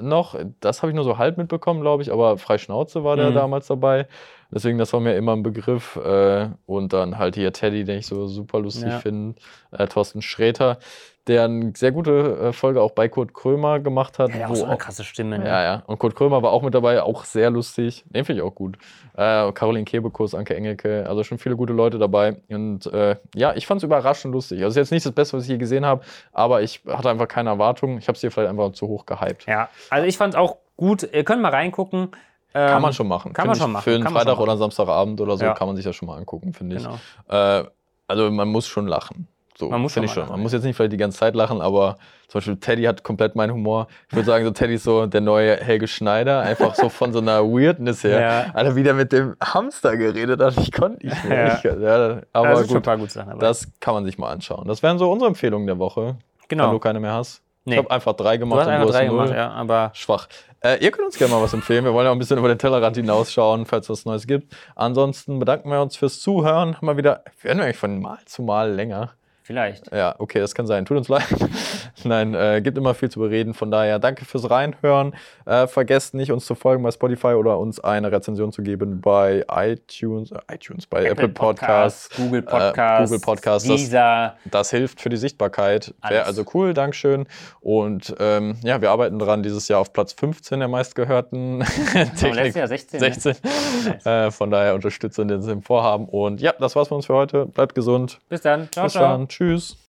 Speaker 1: noch. Das habe ich nur so halb mitbekommen, glaube ich. Aber Freischnauze war der
Speaker 2: Mhm.
Speaker 1: damals dabei. Deswegen, das war mir immer ein Begriff. Äh, und dann halt hier Teddy, den ich so super lustig
Speaker 2: Ja.
Speaker 1: finde. Äh, Thorsten Sträter der eine sehr gute äh, Folge auch bei Kurt Krömer gemacht hat.
Speaker 2: Der hat
Speaker 1: wo
Speaker 2: auch so eine
Speaker 1: auch-
Speaker 2: krasse Stimme. Ne?
Speaker 1: ja, ja. Und Kurt Krömer war auch mit dabei, auch sehr lustig. Den finde ich auch gut. Äh, und Caroline Kebekus, Anke Engelke, also schon viele gute Leute dabei. Und äh, ja, ich fand es überraschend lustig. Also ist jetzt nicht das Beste, was ich je gesehen habe, aber ich hatte einfach keine Erwartungen. Ich habe es hier vielleicht einfach zu hoch gehypt.
Speaker 2: Ja, also ich fand es auch gut. Ihr könnt mal reingucken.
Speaker 1: Kann
Speaker 2: Ähm,
Speaker 1: man schon machen.
Speaker 2: kann man
Speaker 1: Finde ich
Speaker 2: schon machen,
Speaker 1: Für einen
Speaker 2: kann man schon
Speaker 1: Freitag
Speaker 2: machen.
Speaker 1: oder einen Samstagabend oder so
Speaker 2: Ja.
Speaker 1: kann man sich das schon mal angucken, finde ich.
Speaker 2: Genau.
Speaker 1: Äh, also man muss schon lachen. So,
Speaker 2: Man muss
Speaker 1: finde
Speaker 2: schon
Speaker 1: ich
Speaker 2: mal
Speaker 1: schon.
Speaker 2: lachen,
Speaker 1: Man muss jetzt nicht vielleicht die ganze Zeit lachen, aber zum Beispiel Teddy hat komplett meinen Humor. Ich würde sagen, so Teddy ist so der neue Helge Schneider, einfach so von so einer Weirdness her.
Speaker 2: Ja.
Speaker 1: Alter, wie der mit dem Hamster geredet hat, ich konnte nicht mehr.
Speaker 2: Ja.
Speaker 1: Ich, ja, aber
Speaker 2: also schon ein
Speaker 1: gut,
Speaker 2: paar gute Sachen. dabei.
Speaker 1: das kann man sich mal anschauen. Das wären so unsere Empfehlungen der Woche, wenn du
Speaker 2: genau.
Speaker 1: keine mehr hast.
Speaker 2: Nee.
Speaker 1: Ich habe einfach drei
Speaker 2: Du
Speaker 1: gemacht
Speaker 2: hast einfach drei
Speaker 1: null.
Speaker 2: gemacht, ja, aber
Speaker 1: Schwach. Äh, ihr könnt uns gerne mal was empfehlen. Wir wollen ja auch ein bisschen über den Tellerrand hinausschauen, falls es was Neues gibt. Ansonsten bedanken wir uns fürs Zuhören. Haben wir wieder, werden wir eigentlich von Mal zu Mal länger.
Speaker 2: Vielleicht.
Speaker 1: Ja, okay, das kann sein. Tut uns leid. Nein, äh, gibt immer viel zu bereden. Von daher, danke fürs Reinhören. Äh, vergesst nicht, uns zu folgen bei Spotify oder uns eine Rezension zu geben bei iTunes, äh, iTunes bei Apple, Podcasts.
Speaker 2: Google
Speaker 1: äh,
Speaker 2: Podcasts, Genau,
Speaker 1: Google Podcasts. Das,
Speaker 2: Deezer.
Speaker 1: das hilft für die Sichtbarkeit. Wäre
Speaker 2: Alles.
Speaker 1: also cool, Dankeschön. Und ähm, ja, wir arbeiten dran, dieses Jahr auf Platz 15 der meistgehörten
Speaker 2: Genau,
Speaker 1: Technik.
Speaker 2: letztes Jahr 16. ne?
Speaker 1: 16. Äh, von daher unterstützen wir uns im Vorhaben. Und ja, das war's von uns für heute. Bleibt gesund.
Speaker 2: Bis dann. Ciao,
Speaker 1: Bis
Speaker 2: ciao.
Speaker 1: dann. Tschüss.